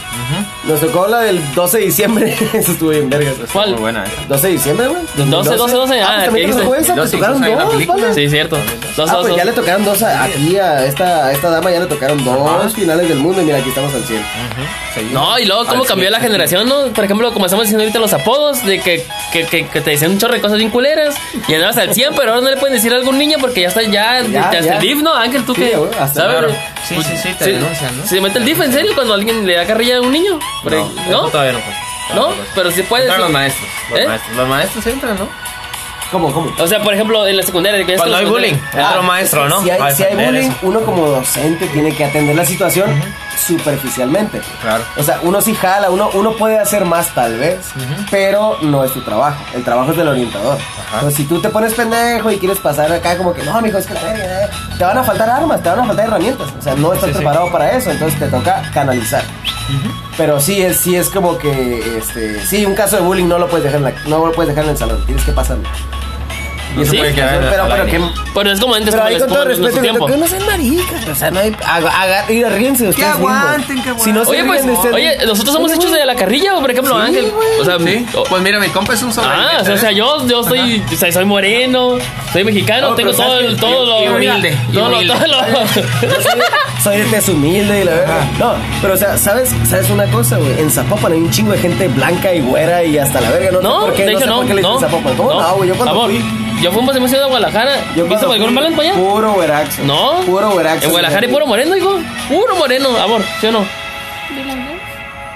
[SPEAKER 2] Nos tocó la del 12 de diciembre. Eso estuvo bien, verga.
[SPEAKER 4] está
[SPEAKER 1] ¿cuál?
[SPEAKER 4] Muy buena, ¿eh?
[SPEAKER 2] 12 de diciembre, güey.
[SPEAKER 1] 12, 12, 12,
[SPEAKER 2] Ah,
[SPEAKER 1] ah,
[SPEAKER 2] pues
[SPEAKER 1] ¿qué
[SPEAKER 2] también te tocó
[SPEAKER 1] dijiste?
[SPEAKER 2] esa, te
[SPEAKER 4] 12,
[SPEAKER 2] tocaron
[SPEAKER 4] incluso en la
[SPEAKER 2] dos,
[SPEAKER 4] película.
[SPEAKER 2] ¿vale?
[SPEAKER 1] Sí, cierto. Dos,
[SPEAKER 2] ah,
[SPEAKER 1] dos,
[SPEAKER 2] pues ya
[SPEAKER 1] dos.
[SPEAKER 2] le tocaron dos a, a ti, a esta, a esta dama ya le tocaron dos
[SPEAKER 4] Ajá.
[SPEAKER 2] finales del mundo y mira, aquí estamos al 100.
[SPEAKER 1] No, y luego
[SPEAKER 2] Ah,
[SPEAKER 1] cómo
[SPEAKER 4] Así
[SPEAKER 1] cambió
[SPEAKER 4] es,
[SPEAKER 1] la
[SPEAKER 4] así es.
[SPEAKER 1] generación, ¿no? Por ejemplo, como estamos diciendo ahorita los apodos, de que, que, que, que te decían un chorro de cosas bien culeras y andabas al 100, pero ahora no le pueden decir a algún niño porque ya está, ya,
[SPEAKER 2] Ya,
[SPEAKER 1] hasta
[SPEAKER 2] ya.
[SPEAKER 1] el DIF, ¿no? Ángel, tú
[SPEAKER 2] Sí,
[SPEAKER 1] que,
[SPEAKER 2] güey, hasta
[SPEAKER 1] ¿sabes?
[SPEAKER 4] claro. Sí, sí, sí, te denuncian, ¿no?
[SPEAKER 1] Se mete el DIF, ¿en serio? Cuando alguien le da carrilla a un niño. Por ahí,
[SPEAKER 4] eso
[SPEAKER 1] ¿No? ¿No?
[SPEAKER 4] Todavía no pasa. Todavía pasa.
[SPEAKER 1] Pero sí puedes.
[SPEAKER 4] Entran los maestros. Los,
[SPEAKER 1] ¿Eh?
[SPEAKER 4] maestros. los maestros entran, ¿no?
[SPEAKER 2] ¿Cómo, cómo?
[SPEAKER 1] O sea, por ejemplo, en la secundaria. de que ya
[SPEAKER 4] Cuando hay
[SPEAKER 1] estás en la
[SPEAKER 4] bullying,
[SPEAKER 1] secundaria.
[SPEAKER 4] entra un maestro, ¿no?
[SPEAKER 2] Ah, Si
[SPEAKER 4] Va a
[SPEAKER 2] hay, si hay
[SPEAKER 4] defender
[SPEAKER 2] bullying,
[SPEAKER 4] eso.
[SPEAKER 2] uno como docente tiene que atender la situación superficialmente.
[SPEAKER 4] Claro.
[SPEAKER 2] O sea, uno sí jala, uno, uno puede hacer más tal vez, pero no es tu trabajo. El trabajo es del orientador. Entonces, si tú te pones pendejo y quieres pasar acá como que, no, mijo, es que la verga, eh", te van a faltar armas, te van a faltar herramientas. O sea, no estás
[SPEAKER 4] Sí, sí.
[SPEAKER 2] preparado para eso, entonces te toca canalizar. Pero sí es, sí es como que, este, sí, un caso de bullying no lo puedes dejar en, la- no lo puedes dejar en el salón, tienes que pasarlo.
[SPEAKER 4] No se
[SPEAKER 1] Sí,
[SPEAKER 4] puede quedar en la-
[SPEAKER 2] pero,
[SPEAKER 4] a la
[SPEAKER 2] pero que,
[SPEAKER 4] línea.
[SPEAKER 1] Pero es como antes,
[SPEAKER 2] pero
[SPEAKER 1] como
[SPEAKER 2] ahí
[SPEAKER 1] les
[SPEAKER 2] con todo
[SPEAKER 1] como en
[SPEAKER 2] respeto,
[SPEAKER 1] nuestro
[SPEAKER 2] que
[SPEAKER 1] tiempo.
[SPEAKER 2] no no sean maricas, o sea, no hay... Haga, haga- y ríense ustedes
[SPEAKER 4] aguanten,
[SPEAKER 2] mismos.
[SPEAKER 4] que
[SPEAKER 2] Si no se
[SPEAKER 1] Oye,
[SPEAKER 2] ríen
[SPEAKER 1] pues,
[SPEAKER 2] de ustedes
[SPEAKER 1] oye,
[SPEAKER 2] mismos.
[SPEAKER 1] nosotros somos hechos de la carrilla, por ejemplo,
[SPEAKER 2] Sí,
[SPEAKER 1] Ángel.
[SPEAKER 2] güey.
[SPEAKER 1] O sea,
[SPEAKER 4] Sí.
[SPEAKER 1] o-
[SPEAKER 4] Pues mira, mi compa es un ¿eh? sobre.
[SPEAKER 1] Ah, o sea, o sea, yo, yo soy, o sea, soy moreno, soy mexicano,
[SPEAKER 2] No, pero
[SPEAKER 1] tengo todo,
[SPEAKER 2] sabes
[SPEAKER 1] el,
[SPEAKER 2] que-
[SPEAKER 1] todo lo...
[SPEAKER 4] y humilde, y
[SPEAKER 1] Todo lo...
[SPEAKER 4] humilde.
[SPEAKER 1] Todo lo
[SPEAKER 2] Yo soy- Soy de tez humilde y la verdad. No, pero o sea, ¿sabes, ¿sabes una cosa, güey? En Zapopan hay un chingo de gente blanca y güera y hasta la verga. No, sé
[SPEAKER 1] no,
[SPEAKER 2] por qué,
[SPEAKER 1] de
[SPEAKER 2] no
[SPEAKER 1] hecho
[SPEAKER 2] sé
[SPEAKER 1] no,
[SPEAKER 2] por qué le dicen
[SPEAKER 1] no,
[SPEAKER 2] Zapopan. ¿Cómo no, güey? Yo cuando
[SPEAKER 1] Amor,
[SPEAKER 2] fui...
[SPEAKER 1] yo fui un paseo de Guadalajara,
[SPEAKER 2] Yo
[SPEAKER 1] ¿viste
[SPEAKER 2] cuando
[SPEAKER 1] algún
[SPEAKER 2] fui,
[SPEAKER 1] balón para allá?
[SPEAKER 2] Puro güeraxo.
[SPEAKER 1] No,
[SPEAKER 2] Puro güeraxo.
[SPEAKER 1] en Guadalajara y puro moreno, hijo, puro moreno, amor, ¿sí o no?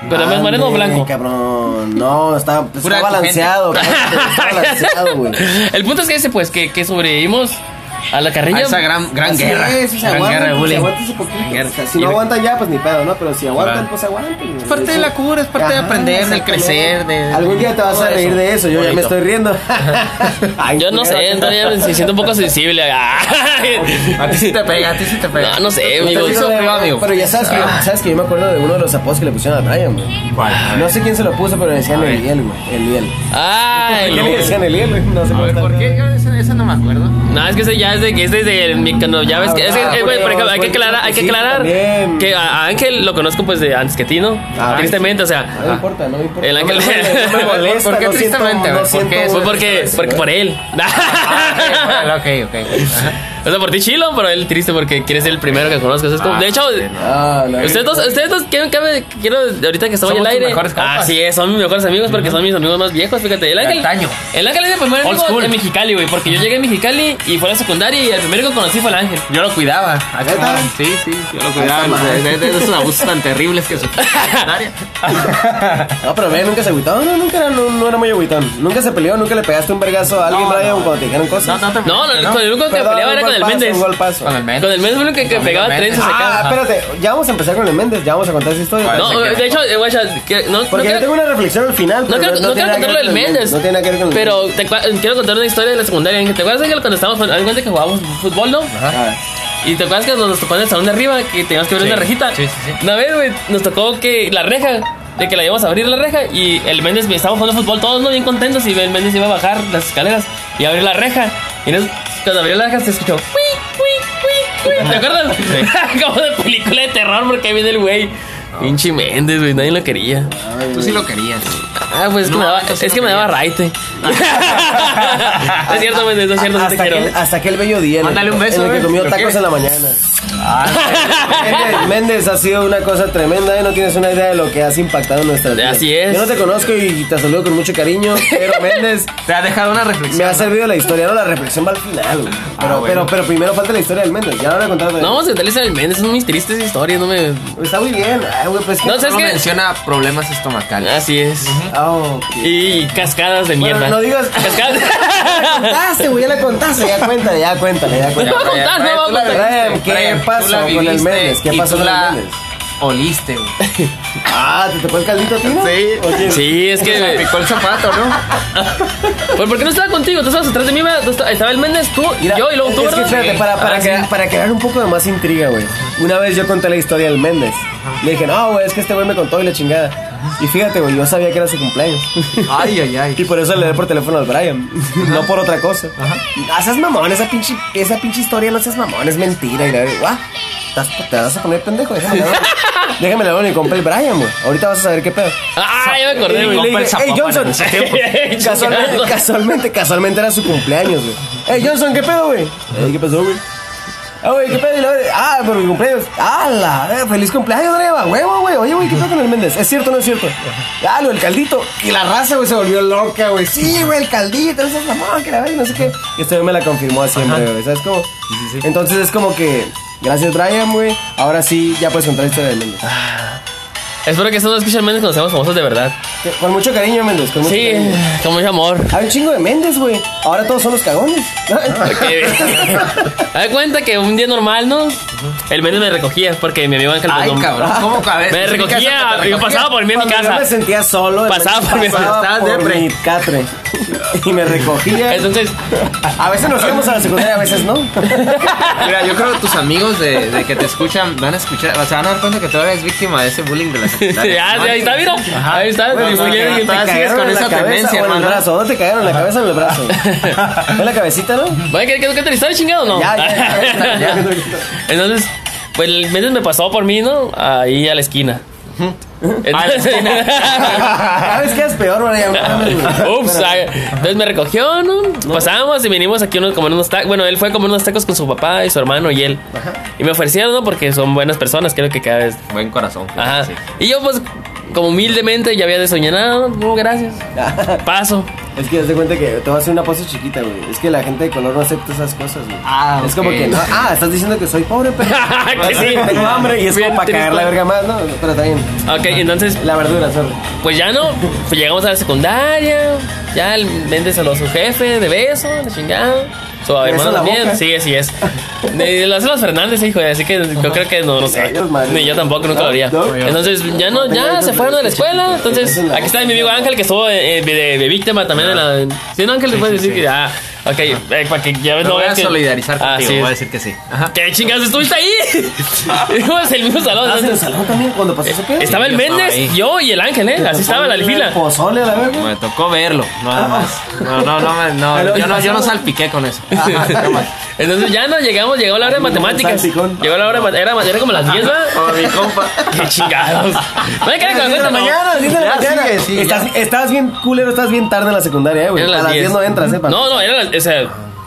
[SPEAKER 1] Pero más moreno o
[SPEAKER 2] Ándale,
[SPEAKER 1] blanco.
[SPEAKER 2] cabrón. No, está, está
[SPEAKER 4] Pura
[SPEAKER 2] balanceado. cabrón, Está balanceado, güey.
[SPEAKER 1] El punto es que ese, pues, que, que sobrevivimos A la
[SPEAKER 4] A
[SPEAKER 1] carrilla.
[SPEAKER 4] esa gran, gran guerra.
[SPEAKER 2] Es, si se
[SPEAKER 1] gran guerra de
[SPEAKER 2] aguantan, pues,
[SPEAKER 1] bullying.
[SPEAKER 2] se aguantan ese poquito.
[SPEAKER 4] Gran guerra.
[SPEAKER 2] O sea, si no aguantan ya, pues ni pedo, ¿no? Pero si aguantan,
[SPEAKER 4] Claro.
[SPEAKER 2] pues aguantan.
[SPEAKER 4] Es parte de la cura, es parte de aprender, del crecer, de-
[SPEAKER 2] Algún día te vas
[SPEAKER 4] todo
[SPEAKER 2] a reír
[SPEAKER 4] eso.
[SPEAKER 2] de eso, yo ya me
[SPEAKER 4] Bonito.
[SPEAKER 2] estoy riendo. Ay,
[SPEAKER 1] Yo no sé,
[SPEAKER 2] culero.
[SPEAKER 1] todavía me siento un poco sensible. Ay.
[SPEAKER 4] A ti sí te pega, a ti sí te pega.
[SPEAKER 1] No, no sé, amigo. Ah.
[SPEAKER 4] Te digo,
[SPEAKER 2] Pero-
[SPEAKER 4] privado, Ah, amigo. Ah,
[SPEAKER 2] Pero ya sabes que, sabes que yo me acuerdo de uno de los apodos que le pusieron a Brian, güey.
[SPEAKER 4] ¿Cuál?
[SPEAKER 2] No sé quién se lo puso, pero le decían el hiel, güey. El hiel.
[SPEAKER 1] Ay,
[SPEAKER 2] ¿Qué le
[SPEAKER 1] no.
[SPEAKER 2] decían el hiel, güey? No sé
[SPEAKER 4] A ver, ¿por qué? Yo esa, esa no me acuerdo.
[SPEAKER 1] No, es que ese ya es de que es desde el mi- cuando ya ves que es que
[SPEAKER 2] Ah,
[SPEAKER 1] eh, güey, por ejemplo, hay que
[SPEAKER 2] bueno,
[SPEAKER 1] aclarar, hay que
[SPEAKER 2] sí,
[SPEAKER 1] aclarar
[SPEAKER 2] también.
[SPEAKER 1] que a, a Ángel lo conozco pues de antes que ti, ¿no?
[SPEAKER 2] Ah,
[SPEAKER 1] Tristemente, o sea,
[SPEAKER 2] No me importa, no me importa.
[SPEAKER 1] El
[SPEAKER 2] No
[SPEAKER 1] ángel-
[SPEAKER 2] me- no me molesta,
[SPEAKER 4] ¿Por qué
[SPEAKER 2] no siento-
[SPEAKER 4] tristemente,
[SPEAKER 2] no
[SPEAKER 4] güey? ¿Por
[SPEAKER 2] siento- ¿eh?
[SPEAKER 4] qué?
[SPEAKER 1] fue Pues porque porque por él.
[SPEAKER 4] Ah, ok, ok. Ajá.
[SPEAKER 1] o sea, por ti chilo, pero él triste porque quiere ser el primero que conozco. Eso es como- de hecho,
[SPEAKER 2] Ah, la-
[SPEAKER 1] Ustedes dos, ustedes dos, quiero, cabe- quiero ahorita que estamos en
[SPEAKER 4] Somos
[SPEAKER 1] el
[SPEAKER 4] tus
[SPEAKER 1] aire.
[SPEAKER 4] mejores compas.
[SPEAKER 1] Así es, son mis mejores amigos porque son mis amigos más viejos, fíjate. El Ángel,
[SPEAKER 4] antaño.
[SPEAKER 1] el Ángel es el primer
[SPEAKER 4] Old
[SPEAKER 1] amigo
[SPEAKER 4] school.
[SPEAKER 1] en Mexicali, güey, porque yo llegué a Mexicali y fue a la secundaria y el primero que conocí fue el Ángel.
[SPEAKER 4] Yo lo cuidaba. Ah,
[SPEAKER 2] ¿Neta?
[SPEAKER 4] Sí, sí, yo lo cuidaba.
[SPEAKER 2] Esta madre.
[SPEAKER 4] Ah, Es- es- es- Esos abusos tan terribles que su
[SPEAKER 2] No, pero Brian nunca se agüitó. No, nunca era, no, no era muy agüitón. Nunca se peleó, nunca le pegaste un vergazo a alguien,
[SPEAKER 4] No,
[SPEAKER 2] Brian,
[SPEAKER 4] no.
[SPEAKER 2] cuando te dijeron cosas.
[SPEAKER 4] No, no te
[SPEAKER 1] No, no,
[SPEAKER 4] preocupes,
[SPEAKER 1] con el único que
[SPEAKER 2] Perdón,
[SPEAKER 1] peleaba era
[SPEAKER 2] un
[SPEAKER 1] con el
[SPEAKER 2] golpazo,
[SPEAKER 1] Méndez. Ah,
[SPEAKER 2] Un golpazo.
[SPEAKER 4] Con el
[SPEAKER 1] Con el Méndez fue el único que, que
[SPEAKER 4] Con el
[SPEAKER 1] pegaba
[SPEAKER 4] Méndez.
[SPEAKER 1] trenzas
[SPEAKER 2] Ah,
[SPEAKER 1] acá.
[SPEAKER 2] espérate. Ya vamos a empezar con el Méndez. Ya vamos a contar esa historia.
[SPEAKER 4] Bueno,
[SPEAKER 1] No, de hecho, eh, guacha, que- no, no
[SPEAKER 2] Porque yo
[SPEAKER 1] quiero-
[SPEAKER 2] tengo una reflexión al final.
[SPEAKER 1] No
[SPEAKER 2] pero
[SPEAKER 1] quiero, no, quiero
[SPEAKER 2] tiene nada
[SPEAKER 1] contar lo
[SPEAKER 2] que ver
[SPEAKER 1] del
[SPEAKER 2] con el
[SPEAKER 1] Méndez.
[SPEAKER 2] No tiene nada que ver con el
[SPEAKER 1] Pero te cua- quiero contar una historia de la secundaria. Ángel. ¿Te acuerdas de que cuando estábamos jugando- haz de cuenta que jugábamos fútbol, no?
[SPEAKER 2] Ah,
[SPEAKER 1] Y te acuerdas que nos tocó en el salón de arriba que teníamos que abrir
[SPEAKER 4] Sí,
[SPEAKER 1] una rejita.
[SPEAKER 4] sí, sí, sí.
[SPEAKER 1] Una vez, güey, nos tocó que la reja, de que la íbamos a abrir la reja y el Méndez, estábamos jugando fútbol todos, ¿no? Bien contentos y el Méndez iba a bajar las escaleras y abrir la reja. Y nos- cuando abrió la reja se escuchó, "Cui, cui, cui, cui". ¿te acuerdas? Como de película de terror porque ahí viene el güey. Pinche Méndez, güey, nadie lo quería.
[SPEAKER 4] Tú sí lo querías.
[SPEAKER 1] Ah, pues es que
[SPEAKER 4] No,
[SPEAKER 1] me daba,
[SPEAKER 4] entonces
[SPEAKER 1] es
[SPEAKER 4] no
[SPEAKER 1] que me
[SPEAKER 4] quería.
[SPEAKER 1] daba raite. es cierto, Méndez, es cierto, sí te
[SPEAKER 2] Ah, hasta,
[SPEAKER 1] quiero.
[SPEAKER 2] aquel, hasta aquel bello día. en el-
[SPEAKER 4] Mándale un beso,
[SPEAKER 2] En el que
[SPEAKER 4] eh.
[SPEAKER 2] comió
[SPEAKER 4] ¿Lo
[SPEAKER 2] tacos
[SPEAKER 4] quieres?
[SPEAKER 2] en la mañana.
[SPEAKER 4] Ah,
[SPEAKER 2] Méndez, Méndez, ha sido una cosa tremenda. ¿eh? No tienes una idea de lo que has impactado en nuestra vida.
[SPEAKER 1] Así es.
[SPEAKER 2] Yo no te conozco y te saludo con mucho cariño. Pero Méndez,
[SPEAKER 4] Te ha dejado una
[SPEAKER 2] me
[SPEAKER 4] reflexión.
[SPEAKER 2] ha servido la historia. No, la reflexión va al final. güey. Pero,
[SPEAKER 4] Ah, bueno.
[SPEAKER 2] pero, pero primero falta la historia del Méndez. Ya la voy a contar.
[SPEAKER 1] No, vamos a contarles al Méndez, son mis tristes historias, no me...
[SPEAKER 2] Está muy bien. Ay, güey, pues,
[SPEAKER 1] No, ¿sabes
[SPEAKER 4] Solo
[SPEAKER 1] qué?
[SPEAKER 4] menciona problemas estomacales.
[SPEAKER 1] Así es.
[SPEAKER 2] Ah, ok.
[SPEAKER 1] Y cascadas de
[SPEAKER 2] Bueno,
[SPEAKER 1] mierda.
[SPEAKER 2] no digas.
[SPEAKER 1] Cascadas.
[SPEAKER 2] contaste, güey, ya la contaste. Ya cuéntale, ya cuéntale, ya
[SPEAKER 1] No
[SPEAKER 2] cuéntale.
[SPEAKER 1] va a contar, no va a
[SPEAKER 4] Tú la
[SPEAKER 1] contar.
[SPEAKER 2] Brian,
[SPEAKER 4] viviste,
[SPEAKER 2] ¿qué
[SPEAKER 4] Brian, tú
[SPEAKER 2] pasó
[SPEAKER 4] la
[SPEAKER 2] con el
[SPEAKER 4] viviste
[SPEAKER 2] Méndez? ¿Qué
[SPEAKER 4] y
[SPEAKER 2] pasó
[SPEAKER 4] tú
[SPEAKER 2] con el
[SPEAKER 4] la
[SPEAKER 2] Méndez?
[SPEAKER 4] Oliste, güey.
[SPEAKER 2] Ah, ¿te tocó el caldito a ti, no? ¿O quién?
[SPEAKER 1] Sí, es
[SPEAKER 4] Me
[SPEAKER 1] que.
[SPEAKER 4] picó el zapato, ¿no?
[SPEAKER 1] Pues, ¿Por qué no estaba contigo? Tú estabas atrás de mí, ¿verdad? Tú esta- estaba el Méndez, tú,
[SPEAKER 2] Mira,
[SPEAKER 1] yo y luego tú,
[SPEAKER 2] es que
[SPEAKER 1] ¿verdad?
[SPEAKER 2] espérate, para, para,
[SPEAKER 1] Ah,
[SPEAKER 2] crea-
[SPEAKER 1] sí.
[SPEAKER 2] para crear un poco de más intriga, güey. Una vez yo conté la historia del Méndez. Le dije, no, güey, es que este güey me contó y la chingada. Y fíjate, güey, yo sabía que era su cumpleaños.
[SPEAKER 4] Ay, ay, ay.
[SPEAKER 2] Y por eso le di por teléfono al Brian, no por otra cosa. Ah, seas mamón, esa pinche, esa pinche historia no seas mamón, es mentira. Y la guau, estás- te vas a poner pendejo, déjame la Déjame la y compré el Brian, güey. Ahorita vas a saber qué pedo.
[SPEAKER 1] Ah, ya me
[SPEAKER 2] Y
[SPEAKER 1] acordé,
[SPEAKER 2] le
[SPEAKER 1] güey.
[SPEAKER 2] dije, hey, Johnson, casualmente,
[SPEAKER 1] Chingado.
[SPEAKER 2] casualmente, casualmente era su cumpleaños, güey. Hey, Johnson, ¿qué pedo, güey? "Ey, ¿Qué pasó, güey? Ah, güey, ¿qué pedo? Y la verga, Ah, por mi cumpleaños. Ah, la verga, feliz cumpleaños, Dreva, huevo, güey. Oye, güey, ¿qué pedo con el Méndez? ¿Es cierto o no es cierto? Ah, lo del caldito. Y la raza, güey, se volvió loca, güey. Sí, güey, el caldito, esa es la mamá, que la verga, y no sé qué. Y este güey me la confirmó siempre, güey. ¿Sabes cómo? Entonces es como que, gracias, Brian, güey. Ahora sí, ya puedes contar la historia del Méndez.
[SPEAKER 1] Ah. Espero que esto no escuche al Méndez cuando seamos famosos de verdad.
[SPEAKER 2] Que- Con mucho cariño, Méndez, con mucho
[SPEAKER 1] Sí,
[SPEAKER 2] cariño.
[SPEAKER 1] con mucho amor.
[SPEAKER 2] Hay un chingo de Méndez, güey. Ahora todos son los cagones.
[SPEAKER 1] Que- Haz de cuenta que un día normal, ¿no? El Méndez me recogía porque mi amigo Ángel pues,
[SPEAKER 4] Ay,
[SPEAKER 1] no-
[SPEAKER 4] cabrón. ¿Cómo cabrón?
[SPEAKER 1] Me recogía, digo, pasaba por mí en mi
[SPEAKER 2] Cuando yo
[SPEAKER 1] casa.
[SPEAKER 2] me sentía solo.
[SPEAKER 1] Pasaba por mi-
[SPEAKER 2] pasaba
[SPEAKER 4] estabas
[SPEAKER 2] por
[SPEAKER 4] depre.
[SPEAKER 2] mi catre. Y me recogía.
[SPEAKER 1] Entonces,
[SPEAKER 2] A veces nos íbamos a la secundaria, a veces no.
[SPEAKER 4] Mira, yo creo que tus amigos de, de que te escuchan van a escuchar, o sea, van a dar cuenta que todavía es víctima de ese bullying de la secundaria.
[SPEAKER 1] ya, ya,
[SPEAKER 4] No,
[SPEAKER 1] ah, ahí está, mira. Ahí está.
[SPEAKER 4] Bueno,
[SPEAKER 1] Dice,
[SPEAKER 4] no,
[SPEAKER 1] ¿quién-
[SPEAKER 4] no,
[SPEAKER 1] quién-
[SPEAKER 4] no, sigues
[SPEAKER 2] Cagaron
[SPEAKER 4] con
[SPEAKER 2] en
[SPEAKER 4] esa
[SPEAKER 2] la cabeza
[SPEAKER 4] tendencia,
[SPEAKER 2] o en
[SPEAKER 4] hermano.
[SPEAKER 2] el brazo. ¿Dónde te cagaron? ¿En la cabeza o en el brazo? ¿En la cabecita, no?
[SPEAKER 1] ¿Va a querer que cuente la historia, chingado o no?
[SPEAKER 2] Ya, ya, ya, ya.
[SPEAKER 1] Entonces, pues el Méndez me pasó por mí, ¿no? Ahí a la esquina.
[SPEAKER 4] A la esquina.
[SPEAKER 2] ¿Sabes qué es peor, Brian?
[SPEAKER 1] Ups, ay. entonces me recogió, ¿no? Pasamos y venimos aquí unos, como unos tacos. Bueno, él fue a comer unos tacos con su papá y su hermano y él. Y me ofrecieron, ¿no? Porque son buenas personas, creo que cada vez.
[SPEAKER 4] Buen corazón. pues,
[SPEAKER 1] Ajá.
[SPEAKER 4] sí.
[SPEAKER 1] Y yo, pues, como humildemente ya había desoñado, no, gracias. Paso.
[SPEAKER 2] Es que te cuenta que te voy a hacer una pose chiquita, güey. Es que la gente de color no acepta esas cosas, güey.
[SPEAKER 4] Ah,
[SPEAKER 2] Es como
[SPEAKER 4] ok.
[SPEAKER 2] que no. Ah, estás diciendo que soy pobre, pero.
[SPEAKER 1] Que sí.
[SPEAKER 2] Pues Tengo hambre y es
[SPEAKER 1] Bien
[SPEAKER 2] como para cagar
[SPEAKER 1] triste.
[SPEAKER 2] la verga más, ¿no? Pero está bien.
[SPEAKER 1] Ok, entonces
[SPEAKER 2] La verdura, sorry.
[SPEAKER 1] Pues ya no, pues llegamos a la secundaria, ya el Méndez a su jefe de beso, la chingada. Su hermana
[SPEAKER 2] en la
[SPEAKER 1] también.
[SPEAKER 2] boca?
[SPEAKER 1] Sí, así es. De las Selvas Fernández, hijo, así que yo creo que no, no sé.
[SPEAKER 2] Rayos, madre.
[SPEAKER 1] Ni yo tampoco, nunca lo haría.
[SPEAKER 2] No, no.
[SPEAKER 1] Entonces, ya no, ya se fueron de la escuela. Entonces,
[SPEAKER 2] Eso es la
[SPEAKER 1] aquí está mi amigo Ángel, que estuvo eh, de, de- de víctima también de la.
[SPEAKER 4] Ah.
[SPEAKER 1] Si no, Ángel te puede decir que ya. Ok, eh, para que ya
[SPEAKER 4] Me
[SPEAKER 1] no
[SPEAKER 4] voy a
[SPEAKER 1] veas que-
[SPEAKER 4] solidarizar
[SPEAKER 1] Ah,
[SPEAKER 4] contigo,
[SPEAKER 1] sí.
[SPEAKER 4] voy a decir que sí. Ajá.
[SPEAKER 1] ¿Qué chingados estuviste ahí? Dijimos el mismo salón.
[SPEAKER 2] ¿Estás en el
[SPEAKER 1] entonces,
[SPEAKER 2] salón también cuando pasó ese pedo?
[SPEAKER 1] estaba el
[SPEAKER 4] Yo estaba
[SPEAKER 1] Méndez,
[SPEAKER 4] ahí.
[SPEAKER 1] yo y el Ángel, ¿eh? Así estaba la fila.
[SPEAKER 2] Pozole a la verga.
[SPEAKER 4] Me tocó verlo,
[SPEAKER 2] Ah.
[SPEAKER 4] nada más. No, no, no, me- no, yo no, yo no salpiqué con eso. Nada más.
[SPEAKER 1] Entonces ya no llegamos, llegó la hora de matemáticas.
[SPEAKER 2] Salpicón.
[SPEAKER 1] Llegó la hora de mat- era, era como las 10, ¿verdad?
[SPEAKER 4] Como Oh, mi compa.
[SPEAKER 1] Qué chingados. No me quedan con
[SPEAKER 2] Diez de
[SPEAKER 1] la cuenta,
[SPEAKER 2] Ah. la mañana, diez de la
[SPEAKER 4] Ya,
[SPEAKER 2] mañana.
[SPEAKER 4] sigue, sigue,
[SPEAKER 2] estás, estás bien culero, estás bien tarde en la secundaria, eh,
[SPEAKER 1] no.
[SPEAKER 2] güey.
[SPEAKER 1] Eran
[SPEAKER 2] A las 10 no entras, eh.
[SPEAKER 1] No,
[SPEAKER 2] papá.
[SPEAKER 1] no, era las. O sea,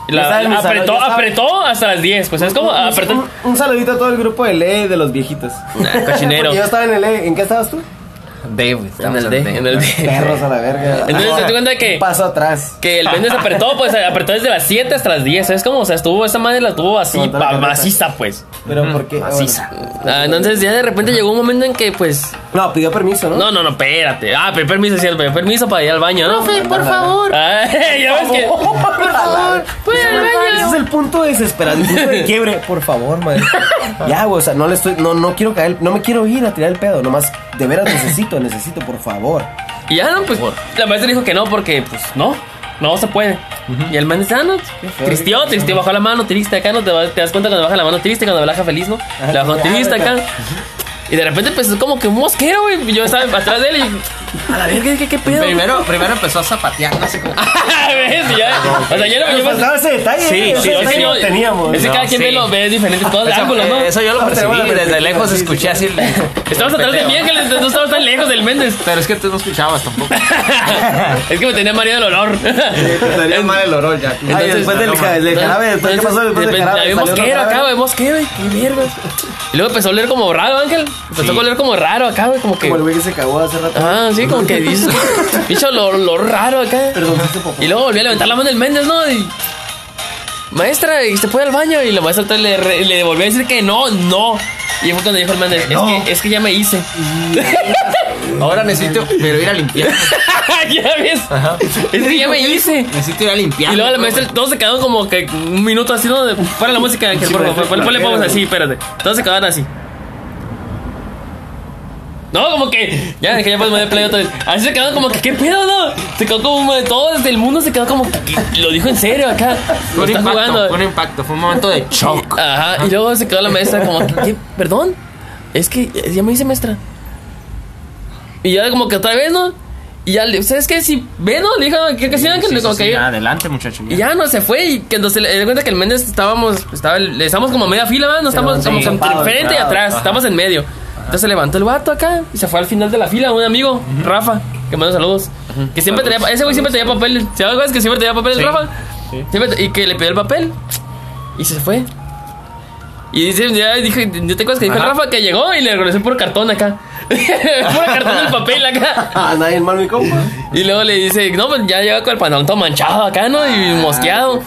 [SPEAKER 1] la-
[SPEAKER 2] estaba en mi salón,
[SPEAKER 1] apretó,
[SPEAKER 2] yo estaba-
[SPEAKER 1] apretó hasta las 10. Pues es como
[SPEAKER 2] Un-
[SPEAKER 1] apretó.
[SPEAKER 2] Un, un saludito a todo el grupo de ley de los viejitos.
[SPEAKER 1] cochinero.
[SPEAKER 2] Porque Yo estaba en el E. ¿En qué estabas tú?
[SPEAKER 4] Dave,
[SPEAKER 1] En
[SPEAKER 4] estamos
[SPEAKER 1] el D, en el D.
[SPEAKER 2] Perros a la verga.
[SPEAKER 1] Entonces, ¿te das cuenta que-
[SPEAKER 2] Un Paso atrás.
[SPEAKER 1] Que el Méndez apretó, pues apretó desde las 7 hasta las 10. ¿Sabes cómo? O sea, estuvo, esa madre la tuvo así,
[SPEAKER 2] Con toda la
[SPEAKER 1] pa-
[SPEAKER 2] carreta.
[SPEAKER 1] maciza, pues.
[SPEAKER 2] Pero ¿por qué? Ah, bueno.
[SPEAKER 1] Ah, entonces ya de repente llegó un momento en que pues...
[SPEAKER 2] No, pidió permiso, ¿no?
[SPEAKER 1] No, no, no, espérate. Ah, pedí permiso, sí, pedí permiso para ir al baño, ¿no?
[SPEAKER 2] por favor.
[SPEAKER 1] Ah, ya ves que...
[SPEAKER 2] Por favor,
[SPEAKER 1] voy al baño.
[SPEAKER 2] Oh, Ese es el punto de desesperación, el punto de quiebre. Por favor, madre. Ya, güey, o sea, no le estoy, no, no quiero caer, no me quiero ir a tirar el pedo, nomás, de veras necesito, necesito, por favor.
[SPEAKER 1] Y ya no, pues la maestra dijo que no porque pues no, no se puede. Y el man dice, ah, no, tristeó, tristeó, bajó la mano triste acá, no te, va- te das cuenta cuando baja la mano triste, cuando baja feliz, ¿no? La bajó
[SPEAKER 2] Ah,
[SPEAKER 1] triste
[SPEAKER 2] neta.
[SPEAKER 1] acá. Y de repente pues es como que un mosquero, güey. y Yo estaba atrás de él y... A la verga, dije, ¿qué pedo?
[SPEAKER 4] Primero, primero empezó a zapatear, no sé cómo.
[SPEAKER 1] Ah, ¿Ves? Y ya, o sea, ya no me
[SPEAKER 2] Nos faltaba ese detalle,
[SPEAKER 1] Sí,
[SPEAKER 2] ¿eh? ese
[SPEAKER 1] sí,
[SPEAKER 2] detalle
[SPEAKER 1] sí,
[SPEAKER 2] no
[SPEAKER 1] sí.
[SPEAKER 2] teníamos.
[SPEAKER 1] Es que
[SPEAKER 4] No,
[SPEAKER 1] cada quien
[SPEAKER 4] sí.
[SPEAKER 1] ve, lo, ve diferente en todos los
[SPEAKER 4] Eso-
[SPEAKER 1] ángulos, ¿no?
[SPEAKER 4] eh, Eso yo lo
[SPEAKER 2] Ah, pero
[SPEAKER 4] percibí,
[SPEAKER 2] bueno,
[SPEAKER 4] desde
[SPEAKER 2] pero-
[SPEAKER 4] lejos
[SPEAKER 2] sí, sí,
[SPEAKER 4] escuché así. el-
[SPEAKER 1] Estamos
[SPEAKER 4] el
[SPEAKER 1] atrás de
[SPEAKER 4] peteo.
[SPEAKER 1] mí, Ángeles, no estamos tan lejos del Méndez.
[SPEAKER 4] Pero es que tú no escuchabas tampoco.
[SPEAKER 1] Es que me tenía mareado el olor.
[SPEAKER 4] Estaría mal el olor ya.
[SPEAKER 2] Ay, después del, ja- del jarabe, después qué pasó después del jarabe.
[SPEAKER 1] La
[SPEAKER 2] ¿Salió otra
[SPEAKER 1] mosquero acá,
[SPEAKER 2] jarabe?
[SPEAKER 1] güey, mosquero, y qué mierda. Y luego empezó a oler como raro, Ángel. Empezó a oler como raro acá, güey, como que...
[SPEAKER 2] Como el güey que se cagó hace rato.
[SPEAKER 1] Ah, sí, como que dices... Bicho, lo, lo raro acá.
[SPEAKER 2] Perdón, sí, papá.
[SPEAKER 1] Y luego volvió a levantar la mano del Méndez, ¿no? Y... Maestra, ¿y ¿se puede al baño? Y la maestra otra vez le, re- le volvió a decir que no, no. Y fue cuando dijo el Méndez, es, que, es que ya me hice.
[SPEAKER 4] Ahora necesito, pero ir a limpiar.
[SPEAKER 1] ya ves. Es que ya me hice.
[SPEAKER 4] Necesito ir a limpiar.
[SPEAKER 1] Y luego la maestra, todos se quedaron como que un minuto así, ¿no? De- Para la música, Ángel, por favor. Ponle, ponle pausa así, espérate. Todos se quedaron así. No, como que. Ya, que ya podemos de play otra vez. Así se quedaron como que, ¿qué pedo, no? Se quedó como. Todo desde el mundo se quedó como. que- Lo dijo en serio acá. Lo
[SPEAKER 4] Fue un
[SPEAKER 1] está
[SPEAKER 4] impacto,
[SPEAKER 1] jugando.
[SPEAKER 4] fue un impacto, fue un momento de shock.
[SPEAKER 1] Ajá, y luego se quedó la maestra como que, ¿qué? ¿Perdón? Es que ya me hice maestra. Y ya como que otra vez, ¿no? Y ya, le- ¿sabes qué? Si ve, ¿no? Le dijo, ¿qué que sí, Ángel?
[SPEAKER 4] Sí,
[SPEAKER 1] como
[SPEAKER 4] sí,
[SPEAKER 1] que
[SPEAKER 4] sí,
[SPEAKER 1] ya-
[SPEAKER 4] adelante, muchacho.
[SPEAKER 1] y ya no se fue y que entonces le di cuenta que el Méndez estábamos, estaba, le estamos como a media fila, ¿verdad? no estamos
[SPEAKER 2] sí,
[SPEAKER 1] como que
[SPEAKER 2] ocupado,
[SPEAKER 1] entre frente y
[SPEAKER 2] ocupado,
[SPEAKER 1] atrás, estamos en medio. Entonces se levantó el vato acá y se fue al final de la fila un amigo, Rafa, que manda saludos. Que siempre tenía, ese güey siempre tenía papel, ¿se acuerdan que siempre tenía papel el
[SPEAKER 4] Sí,
[SPEAKER 1] Rafa? Siempre- y que le pidió el papel y se fue. Y dice, ya dijo, ¿no te acuerdas que dijo el
[SPEAKER 4] Ajá.
[SPEAKER 1] Rafa que llegó y le regresó por cartón acá? por cartón el papel acá.
[SPEAKER 2] Ah, nadie mal mi compa.
[SPEAKER 1] Y luego le dice, no, pues ya lleva con el pantalón todo manchado acá, ¿no? Y mosqueado.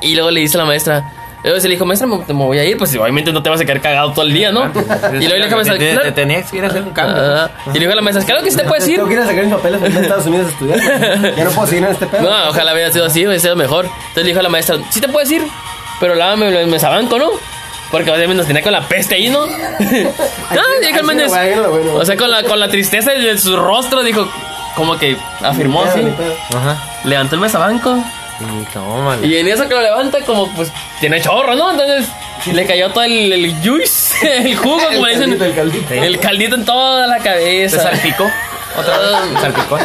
[SPEAKER 1] Y luego le dice a la maestra, luego se le dijo, maestra, me, me voy a ir, pues obviamente no te vas a quedar cagado todo el día, ¿no? y luego le dijo a la maestra,
[SPEAKER 4] Te- te- Te
[SPEAKER 1] claro.
[SPEAKER 4] tenías que ir a hacer un cambio.
[SPEAKER 1] Ah, y le dijo a la maestra, claro que sí te puedes ir.
[SPEAKER 2] Tengo que ir a sacar mis papeles para irme a Estados Unidos a estudiar. güey. Ya no puedo seguir en este pedo.
[SPEAKER 1] No, ojalá hubiera sido así, hubiera sido mejor. Entonces le dijo a la maestra, sí te puedes ir, pero lávame el mesabanco, ¿no? Porque obviamente nos tenía con la peste ahí, ¿no? no, dijo el Méndez.
[SPEAKER 2] Ay, sí, lo bueno, lo bueno.
[SPEAKER 1] O sea, con la, con la tristeza de su rostro, dijo, como que afirmó
[SPEAKER 2] Ni pedo,
[SPEAKER 1] así.
[SPEAKER 2] ni pedo.
[SPEAKER 4] Ajá.
[SPEAKER 1] Levantó el mesabanco.
[SPEAKER 4] Y tómala.
[SPEAKER 1] Y en eso que lo levanta, como pues tiene chorro, ¿no? Entonces le cayó todo el, el juice, el jugo, como le dicen.
[SPEAKER 2] caldito, el caldito.
[SPEAKER 1] El caldito en toda la
[SPEAKER 4] ¿Te
[SPEAKER 1] cabeza.
[SPEAKER 4] salpicó? ¿Otra vez? ¿Salpicó?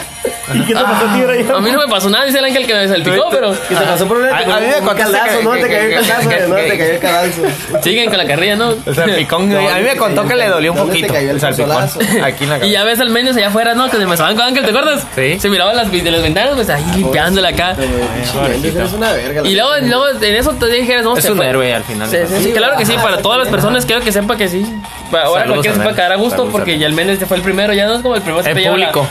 [SPEAKER 2] ¿Y qué te pasó a ti, Brian?
[SPEAKER 1] A mí no me pasó nada, dice el ángel que me salpicó, pero.
[SPEAKER 2] ¿Qué te pasó por un
[SPEAKER 4] A- a mí me
[SPEAKER 2] un
[SPEAKER 4] contaste
[SPEAKER 2] calazo,
[SPEAKER 4] que-
[SPEAKER 2] no
[SPEAKER 4] que-
[SPEAKER 2] te cayó el
[SPEAKER 4] que-
[SPEAKER 2] calazo,
[SPEAKER 4] que-
[SPEAKER 2] no
[SPEAKER 4] que-
[SPEAKER 2] te cayó el calazo.
[SPEAKER 1] Siguen con la carrilla, ¿no?
[SPEAKER 4] El salpicón.
[SPEAKER 2] No,
[SPEAKER 4] a mí me contó que le dolió un
[SPEAKER 2] ¿dónde te
[SPEAKER 4] poquito.
[SPEAKER 2] cayó el solazo?
[SPEAKER 4] Aquí en la
[SPEAKER 1] Y
[SPEAKER 4] cabeza.
[SPEAKER 1] ya ves al menos allá afuera, ¿no? Que se me estaban con Ángel, ¿te acuerdas?
[SPEAKER 4] Sí.
[SPEAKER 1] Se miraban las, de las ventanas, pues ahí limpiándola acá.
[SPEAKER 2] Es una verga. la
[SPEAKER 1] Y luego,
[SPEAKER 2] verga.
[SPEAKER 1] luego en eso te dije, no,
[SPEAKER 4] Es
[SPEAKER 1] se
[SPEAKER 4] un
[SPEAKER 1] fue.
[SPEAKER 4] héroe al final.
[SPEAKER 1] Sí,
[SPEAKER 4] de
[SPEAKER 1] sí,
[SPEAKER 4] cuentas.
[SPEAKER 1] sí, claro que sí, para todas las personas quiero que sepa que sí. Ahora cualquiera
[SPEAKER 4] Saludos a
[SPEAKER 1] se puede
[SPEAKER 4] Mel.
[SPEAKER 1] quedar a gusto
[SPEAKER 4] Saludos a
[SPEAKER 1] porque
[SPEAKER 4] Mel.
[SPEAKER 1] ya el Méndez fue el primero, ya no es como el primero. se
[SPEAKER 4] En
[SPEAKER 1] te lleva la-
[SPEAKER 4] público.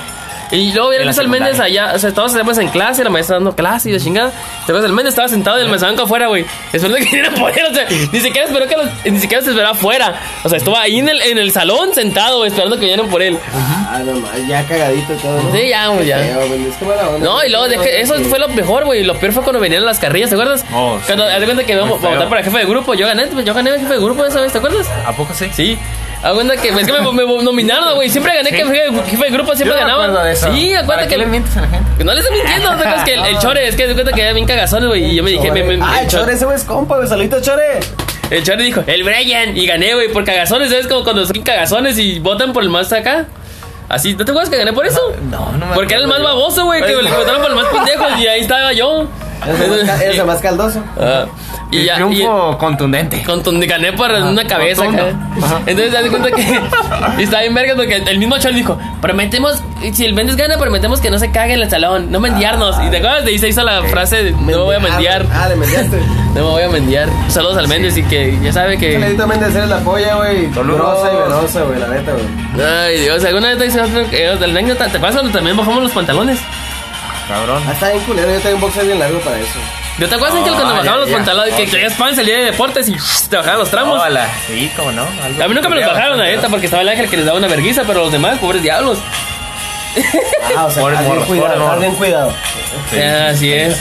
[SPEAKER 1] Y luego viene
[SPEAKER 4] En la
[SPEAKER 1] Luis el
[SPEAKER 4] secundaria.
[SPEAKER 1] Méndez allá, o sea, todos estábamos en clase, la maestra dando clase y la chingada. Después el Méndez estaba sentado y el mesabanco afuera, güey. Esperando que viniera por él, o sea, ni siquiera esperó que los- ni siquiera se esperaba afuera. O sea, estuvo ahí en el, en el salón sentado, güey, esperando que vinieran por él.
[SPEAKER 2] Ah, no, ma- ya cagadito y todo, ¿no?
[SPEAKER 1] Sí, ya, güey, ya.
[SPEAKER 2] Feo, güey, es que mala onda.
[SPEAKER 1] No, y luego, de que eso
[SPEAKER 2] Sí.
[SPEAKER 1] fue lo mejor, güey. Lo peor fue cuando venían las carrillas, ¿te acuerdas?
[SPEAKER 4] Oh, sí.
[SPEAKER 1] cuando, haz de cuenta que íbamos a
[SPEAKER 4] feo.
[SPEAKER 1] votar para jefe de grupo. Yo gané, pues, yo gané jefe de grupo esa vez, ¿te acuerdas?
[SPEAKER 4] ¿A poco sí?
[SPEAKER 1] Sí. Haz cuenta que, es que me, me nominaron, güey. Siempre gané que jefe, jefe de grupo, siempre
[SPEAKER 3] me
[SPEAKER 1] ganaba.
[SPEAKER 3] acuerdo de eso.
[SPEAKER 1] Sí, acuérdate
[SPEAKER 3] ¿Para qué
[SPEAKER 1] que.
[SPEAKER 3] le mientes a la gente?
[SPEAKER 1] Que No le estoy mintiendo, ¿te acuerdas que el, el chore, es que de cuenta que era bien cagazón, güey. Y yo me dije, me- me-
[SPEAKER 2] Ah, el Chore, ese güey es compa, güey. Saluditos, Chore.
[SPEAKER 1] el chore dijo, el Brian. Y gané, güey, por cagazones, ¿sabes? Como cuando son cagazones y votan por el más acá. Así, ¿no te acuerdas que gané por eso?
[SPEAKER 4] No, no me
[SPEAKER 1] Porque era el más
[SPEAKER 4] acuerdo.
[SPEAKER 1] baboso, güey, que le votaron por el más pendejo y ahí estaba yo.
[SPEAKER 2] Ese más ca- ese más caldoso.
[SPEAKER 1] Ah, y ya, y,
[SPEAKER 4] Triunfo contundente.
[SPEAKER 1] Contundí, gané por una cabeza
[SPEAKER 4] rotundo.
[SPEAKER 1] acá. Entonces te das cuenta que y está bien verga porque el mismo Chol dijo, prometemos, si el Méndez gana, prometemos que no se cague en el salón, no mendiarnos.
[SPEAKER 4] Ah,
[SPEAKER 1] y te acuerdas de ahí se hizo la frase, de, no me voy a mendiar,
[SPEAKER 2] Ah, le mendiaste.
[SPEAKER 1] no me voy a mendiar. Saludos al Méndez y que ya sabe que...
[SPEAKER 2] Calentamente Méndez eres la polla, güey.
[SPEAKER 4] Saludos.
[SPEAKER 2] Grosa y venosa, güey, la neta, güey.
[SPEAKER 1] Ay, Dios, alguna vez te hice otro- eh, otra anécdota, ¿te acuerdas cuando también bajamos los pantalones?
[SPEAKER 4] Cabrón.
[SPEAKER 2] Ah, está bien culero, yo tengo un boxer bien largo para eso.
[SPEAKER 1] ¿No te acuerdas en que cuando
[SPEAKER 4] Ah,
[SPEAKER 1] bajaban
[SPEAKER 4] ya,
[SPEAKER 1] los
[SPEAKER 4] ya. Ah,
[SPEAKER 1] pantalones, que traías pan, salía de deportes y te bajaban los tramos?
[SPEAKER 4] Hola. Sí, cómo no.
[SPEAKER 1] A mí nunca me los bajaron, la neta, porque estaba el ángel que les daba una verguiza, pero los demás, pobres diablos.
[SPEAKER 2] Ah, o sea,
[SPEAKER 4] Por el
[SPEAKER 2] más
[SPEAKER 4] morro,
[SPEAKER 2] bien
[SPEAKER 4] por el
[SPEAKER 2] cuidado,
[SPEAKER 4] morro.
[SPEAKER 2] más bien cuidado.
[SPEAKER 1] Así es.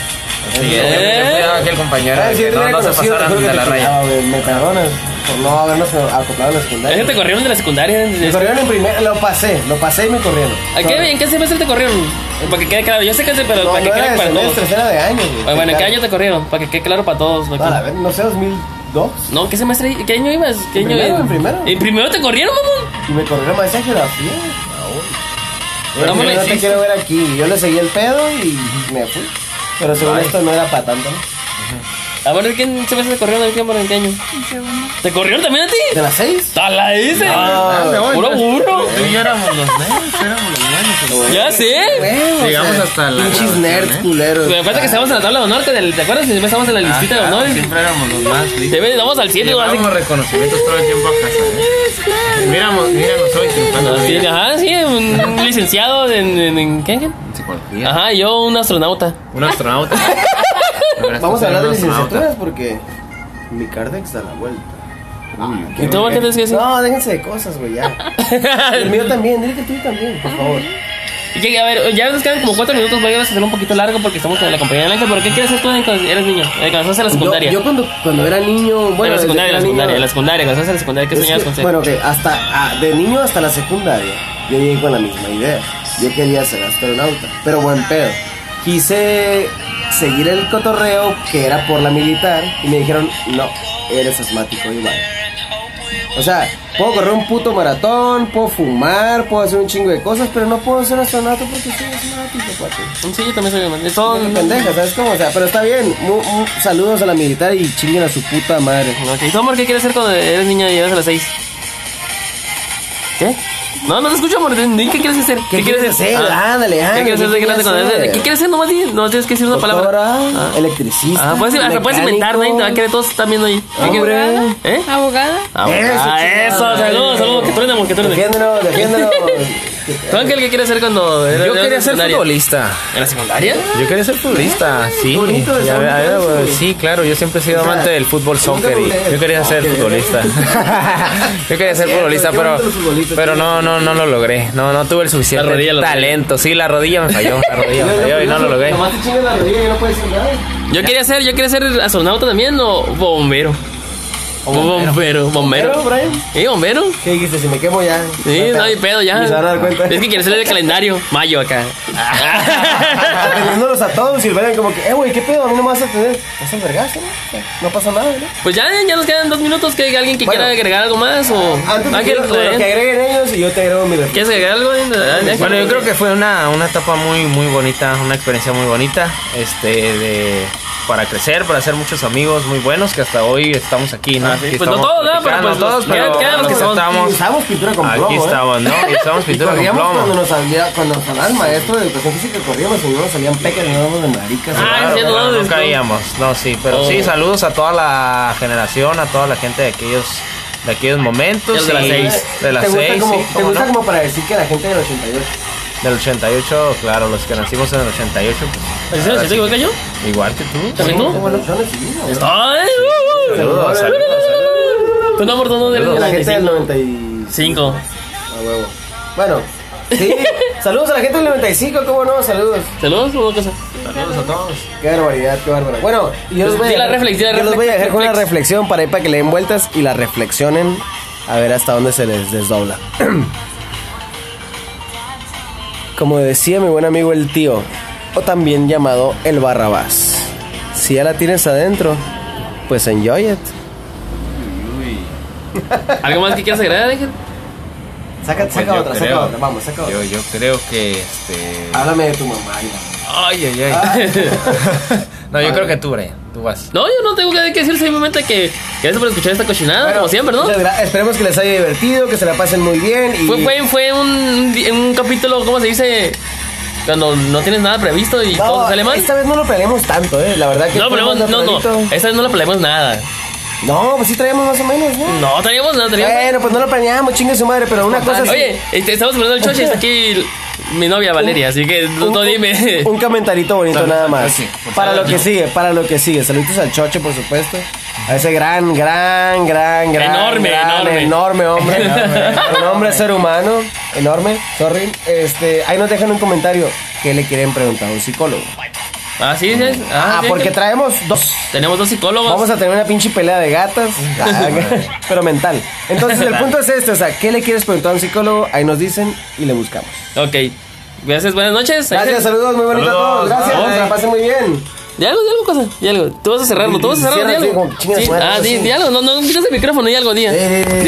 [SPEAKER 4] Sí, yo
[SPEAKER 1] Eh.
[SPEAKER 4] fui aquel compañero
[SPEAKER 2] Ah,
[SPEAKER 4] de
[SPEAKER 2] si yo
[SPEAKER 4] que
[SPEAKER 2] te
[SPEAKER 4] no,
[SPEAKER 2] hubiera
[SPEAKER 4] no se
[SPEAKER 2] conocido, te
[SPEAKER 4] pasaron
[SPEAKER 2] juro
[SPEAKER 4] de
[SPEAKER 2] que
[SPEAKER 4] la
[SPEAKER 2] te
[SPEAKER 4] raya.
[SPEAKER 2] chingaba, güey. Me perdonas por no habernos acoplado en la
[SPEAKER 1] ¿A ti
[SPEAKER 2] secundaria.
[SPEAKER 1] te corrieron de la secundaria?
[SPEAKER 2] Me corrieron en primer, lo pasé, lo pasé y me corrieron.
[SPEAKER 1] ¿A qué, ¿En qué semestre te corrieron? Para que quede claro, yo sé que es de- pero
[SPEAKER 2] No,
[SPEAKER 1] para
[SPEAKER 2] no
[SPEAKER 1] que quede
[SPEAKER 2] era de
[SPEAKER 1] claro para todos.
[SPEAKER 2] semestre, era de años, güey.
[SPEAKER 1] Ay, bueno, ¿en qué
[SPEAKER 2] Claro.
[SPEAKER 1] año te corrieron? Para que quede claro para todos.
[SPEAKER 2] No, a
[SPEAKER 1] Aquí.
[SPEAKER 2] ver, no sé, 2002.
[SPEAKER 1] No, ¿qué semestre? ¿Qué año ibas? ¿Qué
[SPEAKER 2] ¿En
[SPEAKER 1] año
[SPEAKER 2] primero,
[SPEAKER 1] ibas?
[SPEAKER 2] en primero?
[SPEAKER 1] ¿En primero te corrieron, mamón?
[SPEAKER 2] Y me corrieron maestra de geografía. Güey,
[SPEAKER 1] ¿Cómo
[SPEAKER 2] yo
[SPEAKER 1] le
[SPEAKER 2] no te
[SPEAKER 1] hiciste?
[SPEAKER 2] quiero ver aquí. Yo le seguí el pedo y me fui. Pero según esto no era para tanto. ¿no?
[SPEAKER 1] A ver, ¿en qué semestre te corrieron? ¿En qué, ¿En qué año? ¿Te corrieron también a ti?
[SPEAKER 2] ¿De las seis?
[SPEAKER 1] ¡A la dice!
[SPEAKER 2] Ah, me voy.
[SPEAKER 1] ¡Puro burro!
[SPEAKER 4] Tú y yo éramos los nerds, éramos los nerds.
[SPEAKER 1] ¡Ya sé!
[SPEAKER 2] Huevos,
[SPEAKER 4] Llegamos
[SPEAKER 2] o sea,
[SPEAKER 4] hasta la
[SPEAKER 2] Pinches
[SPEAKER 4] grabación,
[SPEAKER 2] nerds
[SPEAKER 4] ¿eh?
[SPEAKER 2] culeros.
[SPEAKER 1] Me falta que estamos en la tabla de honor, que del- ¿te acuerdas? Siempre estamos en la listita de
[SPEAKER 4] Ah,
[SPEAKER 1] honor.
[SPEAKER 4] Siempre éramos los más listos.
[SPEAKER 1] Te ves, vamos al 7, así
[SPEAKER 4] Llevábamos reconocimientos todo el tiempo a casa, ¿eh? Míramos, míranos hoy triunfando.
[SPEAKER 1] Así,
[SPEAKER 4] mira.
[SPEAKER 1] ajá, Ah, sí, un licenciado en, en, en- ¿qué?
[SPEAKER 4] En psicología.
[SPEAKER 1] Ajá, yo un astronauta.
[SPEAKER 4] Un astronauta.
[SPEAKER 2] Vamos a hablar de
[SPEAKER 4] Un astronauta.
[SPEAKER 2] licenciaturas porque mi cardex da la vuelta. Ah,
[SPEAKER 1] ¿Y tú por qué tienes que decir?
[SPEAKER 2] No, déjense de cosas, güey, ya. El mío también, dile que tú también, por favor.
[SPEAKER 1] Y, a ver, ya nos quedan como cuatro minutos, voy a hacerlo un poquito largo porque estamos con la compañía de Ángel. ¿Pero qué quieres hacer tú en- cuando eres niño? Eh, Cuando estás en la secundaria.
[SPEAKER 2] Yo, yo cuando, cuando era niño,
[SPEAKER 1] en
[SPEAKER 2] bueno,
[SPEAKER 1] la
[SPEAKER 2] desde
[SPEAKER 1] secundaria,
[SPEAKER 2] que
[SPEAKER 1] en
[SPEAKER 2] era
[SPEAKER 1] la
[SPEAKER 2] niño-
[SPEAKER 1] secundaria, en la secundaria, cuando estás en la secundaria, ¿qué
[SPEAKER 2] Es
[SPEAKER 1] soñabas
[SPEAKER 2] que,
[SPEAKER 1] con ser?
[SPEAKER 2] Bueno, que hasta ah, de niño hasta la secundaria yo llegué con la misma idea. Yo quería ser astronauta, pero buen pedo. Quise seguir el cotorreo que era por la militar y me dijeron, no, eres asmático igual. O sea, puedo correr un puto maratón, puedo fumar, puedo hacer un chingo de cosas, pero no puedo ser astronauta porque soy asmático, cuate.
[SPEAKER 1] Sí, yo también soy hombre.
[SPEAKER 2] Son pendejas, ¿sabes cómo? O sea, pero está bien. Mu- mu- saludos a la militar y chinguen a su puta madre.
[SPEAKER 1] Ok, ¿Y tú, amor, qué quieres hacer cuando eres niño y llegas a las seis? ¿Qué? No, no te escucho, amor. Di, ¿Qué quieres hacer? Ah.
[SPEAKER 2] ¿Qué quieres hacer? Ándale,
[SPEAKER 1] ¿Qué
[SPEAKER 2] ándale,
[SPEAKER 1] quieres hacer?
[SPEAKER 2] ¿qué
[SPEAKER 1] ¿Qué quieres hacer?
[SPEAKER 2] quieres
[SPEAKER 1] cuando eres-
[SPEAKER 2] hacer?
[SPEAKER 1] ¿Qué quieres hacer? Nomás di, nomás tienes que decir una palabra.
[SPEAKER 2] Doctora,
[SPEAKER 1] Ah.
[SPEAKER 2] electricista.
[SPEAKER 1] Ah, puedes, hasta puedes inventar,
[SPEAKER 2] mecánico.
[SPEAKER 1] ¿no? Acá todos están viendo ahí. ¿Qué
[SPEAKER 2] Hombre.
[SPEAKER 1] quieres? ¿Eh?
[SPEAKER 5] ¿Abogada?
[SPEAKER 1] Ah, eso,
[SPEAKER 2] chingada.
[SPEAKER 1] saludos, saludos, que truene, amor, que truene.
[SPEAKER 2] Defiéndenos, defiéndenos.
[SPEAKER 1] ¿Tú, Ángel, qué quieres hacer cuando eres
[SPEAKER 3] Yo quería ser
[SPEAKER 1] secundaria?
[SPEAKER 3] futbolista.
[SPEAKER 1] ¿En la secundaria?
[SPEAKER 3] Yo quería ser futbolista, sí.
[SPEAKER 2] Bonito de
[SPEAKER 3] Ya,
[SPEAKER 2] ser
[SPEAKER 3] ya, ya,
[SPEAKER 2] bonito,
[SPEAKER 3] güey,
[SPEAKER 2] güey.
[SPEAKER 3] sí, claro, yo siempre he sido
[SPEAKER 2] O sea,
[SPEAKER 3] amante del fútbol
[SPEAKER 2] nunca
[SPEAKER 3] soccer y
[SPEAKER 2] jugué.
[SPEAKER 3] yo quería ser
[SPEAKER 2] Ok.
[SPEAKER 3] futbolista. yo quería ser
[SPEAKER 2] Cierto,
[SPEAKER 3] futbolista,
[SPEAKER 2] qué
[SPEAKER 3] pero
[SPEAKER 2] bonito los futbolistas,
[SPEAKER 3] pero
[SPEAKER 2] sí.
[SPEAKER 3] no no no lo logré. No no tuve el suficiente
[SPEAKER 1] La rodilla, la rodilla.
[SPEAKER 3] talento. Sí, la rodilla me falló, la rodilla me falló y no lo logré.
[SPEAKER 2] Nomás te chingas la rodilla y no puedes decir nada.
[SPEAKER 1] Yo quería ser, yo quería ser astronauta también o bombero. O bombero,
[SPEAKER 2] Pero,
[SPEAKER 1] bombero.
[SPEAKER 2] Brian,
[SPEAKER 1] ¿Eh, bombero?
[SPEAKER 2] ¿qué dijiste? Si me quemo ya.
[SPEAKER 1] Sí, no hay pedo ya.
[SPEAKER 2] Ni se van a dar cuenta.
[SPEAKER 1] Es que quiere ser el calendario, mayo acá.
[SPEAKER 2] Atendiéndolos a todos y el Brian como que, eh, güey, ¿qué pedo? A mí no me vas a atender. Vas al vergazo, ¿no? O sea, No pasa nada, ¿no?
[SPEAKER 1] Pues ya, ya nos quedan dos minutos que hay alguien que
[SPEAKER 2] Bueno. Ah,
[SPEAKER 1] quiera agregar algo más o
[SPEAKER 2] Antes de que,
[SPEAKER 1] Ángel,
[SPEAKER 2] bueno, que
[SPEAKER 1] ¿eh?
[SPEAKER 2] agreguen ellos y yo te agrego mi reflexión.
[SPEAKER 1] ¿quieres agregar algo? Ah, Ángel?
[SPEAKER 3] Bueno, yo creo que fue una, una etapa muy muy bonita, una experiencia muy bonita, este de para crecer, para hacer muchos amigos muy buenos que hasta hoy estamos aquí, ¿no?
[SPEAKER 1] Ah, sí.
[SPEAKER 3] Aquí
[SPEAKER 1] Pues no
[SPEAKER 3] estamos
[SPEAKER 1] todos, ¿no? Pero
[SPEAKER 3] platicando,
[SPEAKER 1] pues los-
[SPEAKER 3] todos,
[SPEAKER 1] quedan-
[SPEAKER 3] pero
[SPEAKER 1] quedan los que
[SPEAKER 3] los
[SPEAKER 1] son-
[SPEAKER 3] estamos-
[SPEAKER 2] Usamos pintura con plomo,
[SPEAKER 3] Aquí
[SPEAKER 2] ¿eh?
[SPEAKER 3] estamos, ¿no? Y Estamos
[SPEAKER 2] Y
[SPEAKER 3] pintura con
[SPEAKER 2] corríamos cuando
[SPEAKER 3] plomo.
[SPEAKER 2] nos salía, cuando nos hablaba el maestro de educación física, corríamos y no nos salían pecas y no éramos de maricas.
[SPEAKER 1] Ah,
[SPEAKER 3] Claro,
[SPEAKER 1] sí, no,
[SPEAKER 3] claro,
[SPEAKER 1] no,
[SPEAKER 3] no
[SPEAKER 1] no.
[SPEAKER 3] caíamos, no, sí, pero
[SPEAKER 1] Oh.
[SPEAKER 3] sí, saludos a toda la generación, a toda la gente de aquellos, de aquellos momentos.
[SPEAKER 1] De las
[SPEAKER 3] y-
[SPEAKER 1] seis.
[SPEAKER 3] De las
[SPEAKER 2] ¿Te gusta
[SPEAKER 3] seis,
[SPEAKER 2] como,
[SPEAKER 3] sí,
[SPEAKER 2] Te
[SPEAKER 3] ¿cómo
[SPEAKER 2] gusta
[SPEAKER 3] no?
[SPEAKER 2] como para decir que la gente del 88.
[SPEAKER 3] Del 88, claro, los que nacimos en el 88, pues,
[SPEAKER 1] ¿Así se siente igual que yo?
[SPEAKER 3] igual que tú.
[SPEAKER 1] ¿También tú? ¡Ay! uh, uh.
[SPEAKER 3] Saludos, saludos.
[SPEAKER 1] ¿Tú no, amor, tú no del
[SPEAKER 2] La gente del
[SPEAKER 1] 95?
[SPEAKER 2] 95.
[SPEAKER 1] Cinco.
[SPEAKER 2] A huevo. Bueno, sí. saludos a la gente del 95, ¿cómo no? Saludos.
[SPEAKER 1] ¿Saludos o cosa?
[SPEAKER 4] Saludos a todos.
[SPEAKER 2] Qué barbaridad, qué bárbaro. Bueno, y yo los voy a
[SPEAKER 1] Pues, Di la
[SPEAKER 2] dejar,
[SPEAKER 1] reflex, di la
[SPEAKER 2] yo los
[SPEAKER 1] reflex,
[SPEAKER 2] voy a dejar con una
[SPEAKER 1] reflex.
[SPEAKER 2] reflexión para, ahí para que le den vueltas y la reflexionen a ver hasta dónde se les desdobla. Como decía mi buen amigo el tío, o también llamado el barrabás, si ya la tienes adentro, pues enjoy it.
[SPEAKER 1] ¿Algo más que quieras agregar, Ángel?
[SPEAKER 2] Saca,
[SPEAKER 3] Pues yo creo-
[SPEAKER 2] otra.
[SPEAKER 3] Yo, yo creo que este.
[SPEAKER 2] Háblame de tu mamá.
[SPEAKER 3] Ay, ay, ay. no, yo creo que tú, Brian. Tú vas.
[SPEAKER 1] No, yo no tengo que que decir simplemente que gracias por escuchar esta cochinada, como siempre, ¿no?
[SPEAKER 2] muchas gra- Esperemos que les haya divertido, que se la pasen muy bien. Y...
[SPEAKER 1] Fue, fue, fue un, un capítulo, ¿cómo se dice? Cuando no tienes nada previsto y todo
[SPEAKER 2] No,
[SPEAKER 1] te sale mal.
[SPEAKER 2] esta vez no lo planeamos tanto, eh. La verdad que
[SPEAKER 1] No,
[SPEAKER 2] fue
[SPEAKER 1] pero
[SPEAKER 2] más
[SPEAKER 1] no, no,
[SPEAKER 2] naturalito.
[SPEAKER 1] esta vez no la planeamos nada.
[SPEAKER 2] No, pues sí traemos más o menos, ¿no?
[SPEAKER 1] No, traíamos nada, traíamos.
[SPEAKER 2] Bueno, pues no lo planeamos, chingue su madre, pero una cosa es.
[SPEAKER 1] Oye, este, estamos poniendo el choche, está aquí mi novia Valeria, así que no,
[SPEAKER 2] un-
[SPEAKER 1] no dime.
[SPEAKER 2] Un comentarito bonito
[SPEAKER 4] Saludos
[SPEAKER 2] nada
[SPEAKER 4] al
[SPEAKER 2] más.
[SPEAKER 4] Choche, por
[SPEAKER 2] para lo
[SPEAKER 1] favor.
[SPEAKER 2] que sigue, para lo que sigue. Saludos al Choche, por supuesto. A ese gran, gran, gran, gran.
[SPEAKER 1] Enorme,
[SPEAKER 2] gran,
[SPEAKER 1] enorme.
[SPEAKER 2] enorme hombre. un hombre ser humano. Enorme, sorry. Este, ahí nos dejan un comentario. ¿Qué le quieren preguntar a un psicólogo?
[SPEAKER 1] Así es.
[SPEAKER 2] Ah,
[SPEAKER 1] sí,
[SPEAKER 2] porque
[SPEAKER 1] que-
[SPEAKER 2] traemos dos.
[SPEAKER 1] tenemos dos psicólogos.
[SPEAKER 2] Vamos a tener una pinche pelea de gatas, Ah, pero mental. Entonces el punto es este, o sea, ¿qué le quieres preguntar a un psicólogo? Ahí nos dicen y le buscamos.
[SPEAKER 1] Ok. Gracias, buenas noches.
[SPEAKER 2] Gracias,
[SPEAKER 1] Ángel.
[SPEAKER 2] saludos, muy bonito a
[SPEAKER 3] Saludos,
[SPEAKER 2] todos. Gracias,
[SPEAKER 1] bye.
[SPEAKER 2] que la pasen muy bien.
[SPEAKER 1] Di algo, di algo, cosa. Di algo. Tú vas a cerrarlo, tú vas a cerrarlo,
[SPEAKER 2] Cierra,
[SPEAKER 1] di
[SPEAKER 2] sí,
[SPEAKER 1] algo.
[SPEAKER 2] como que chingas
[SPEAKER 1] Sí,
[SPEAKER 2] madre,
[SPEAKER 1] Ah, di,
[SPEAKER 2] sí.
[SPEAKER 1] di algo. No, no quitas el micrófono, di algo, di.
[SPEAKER 2] Eh, eh, eh.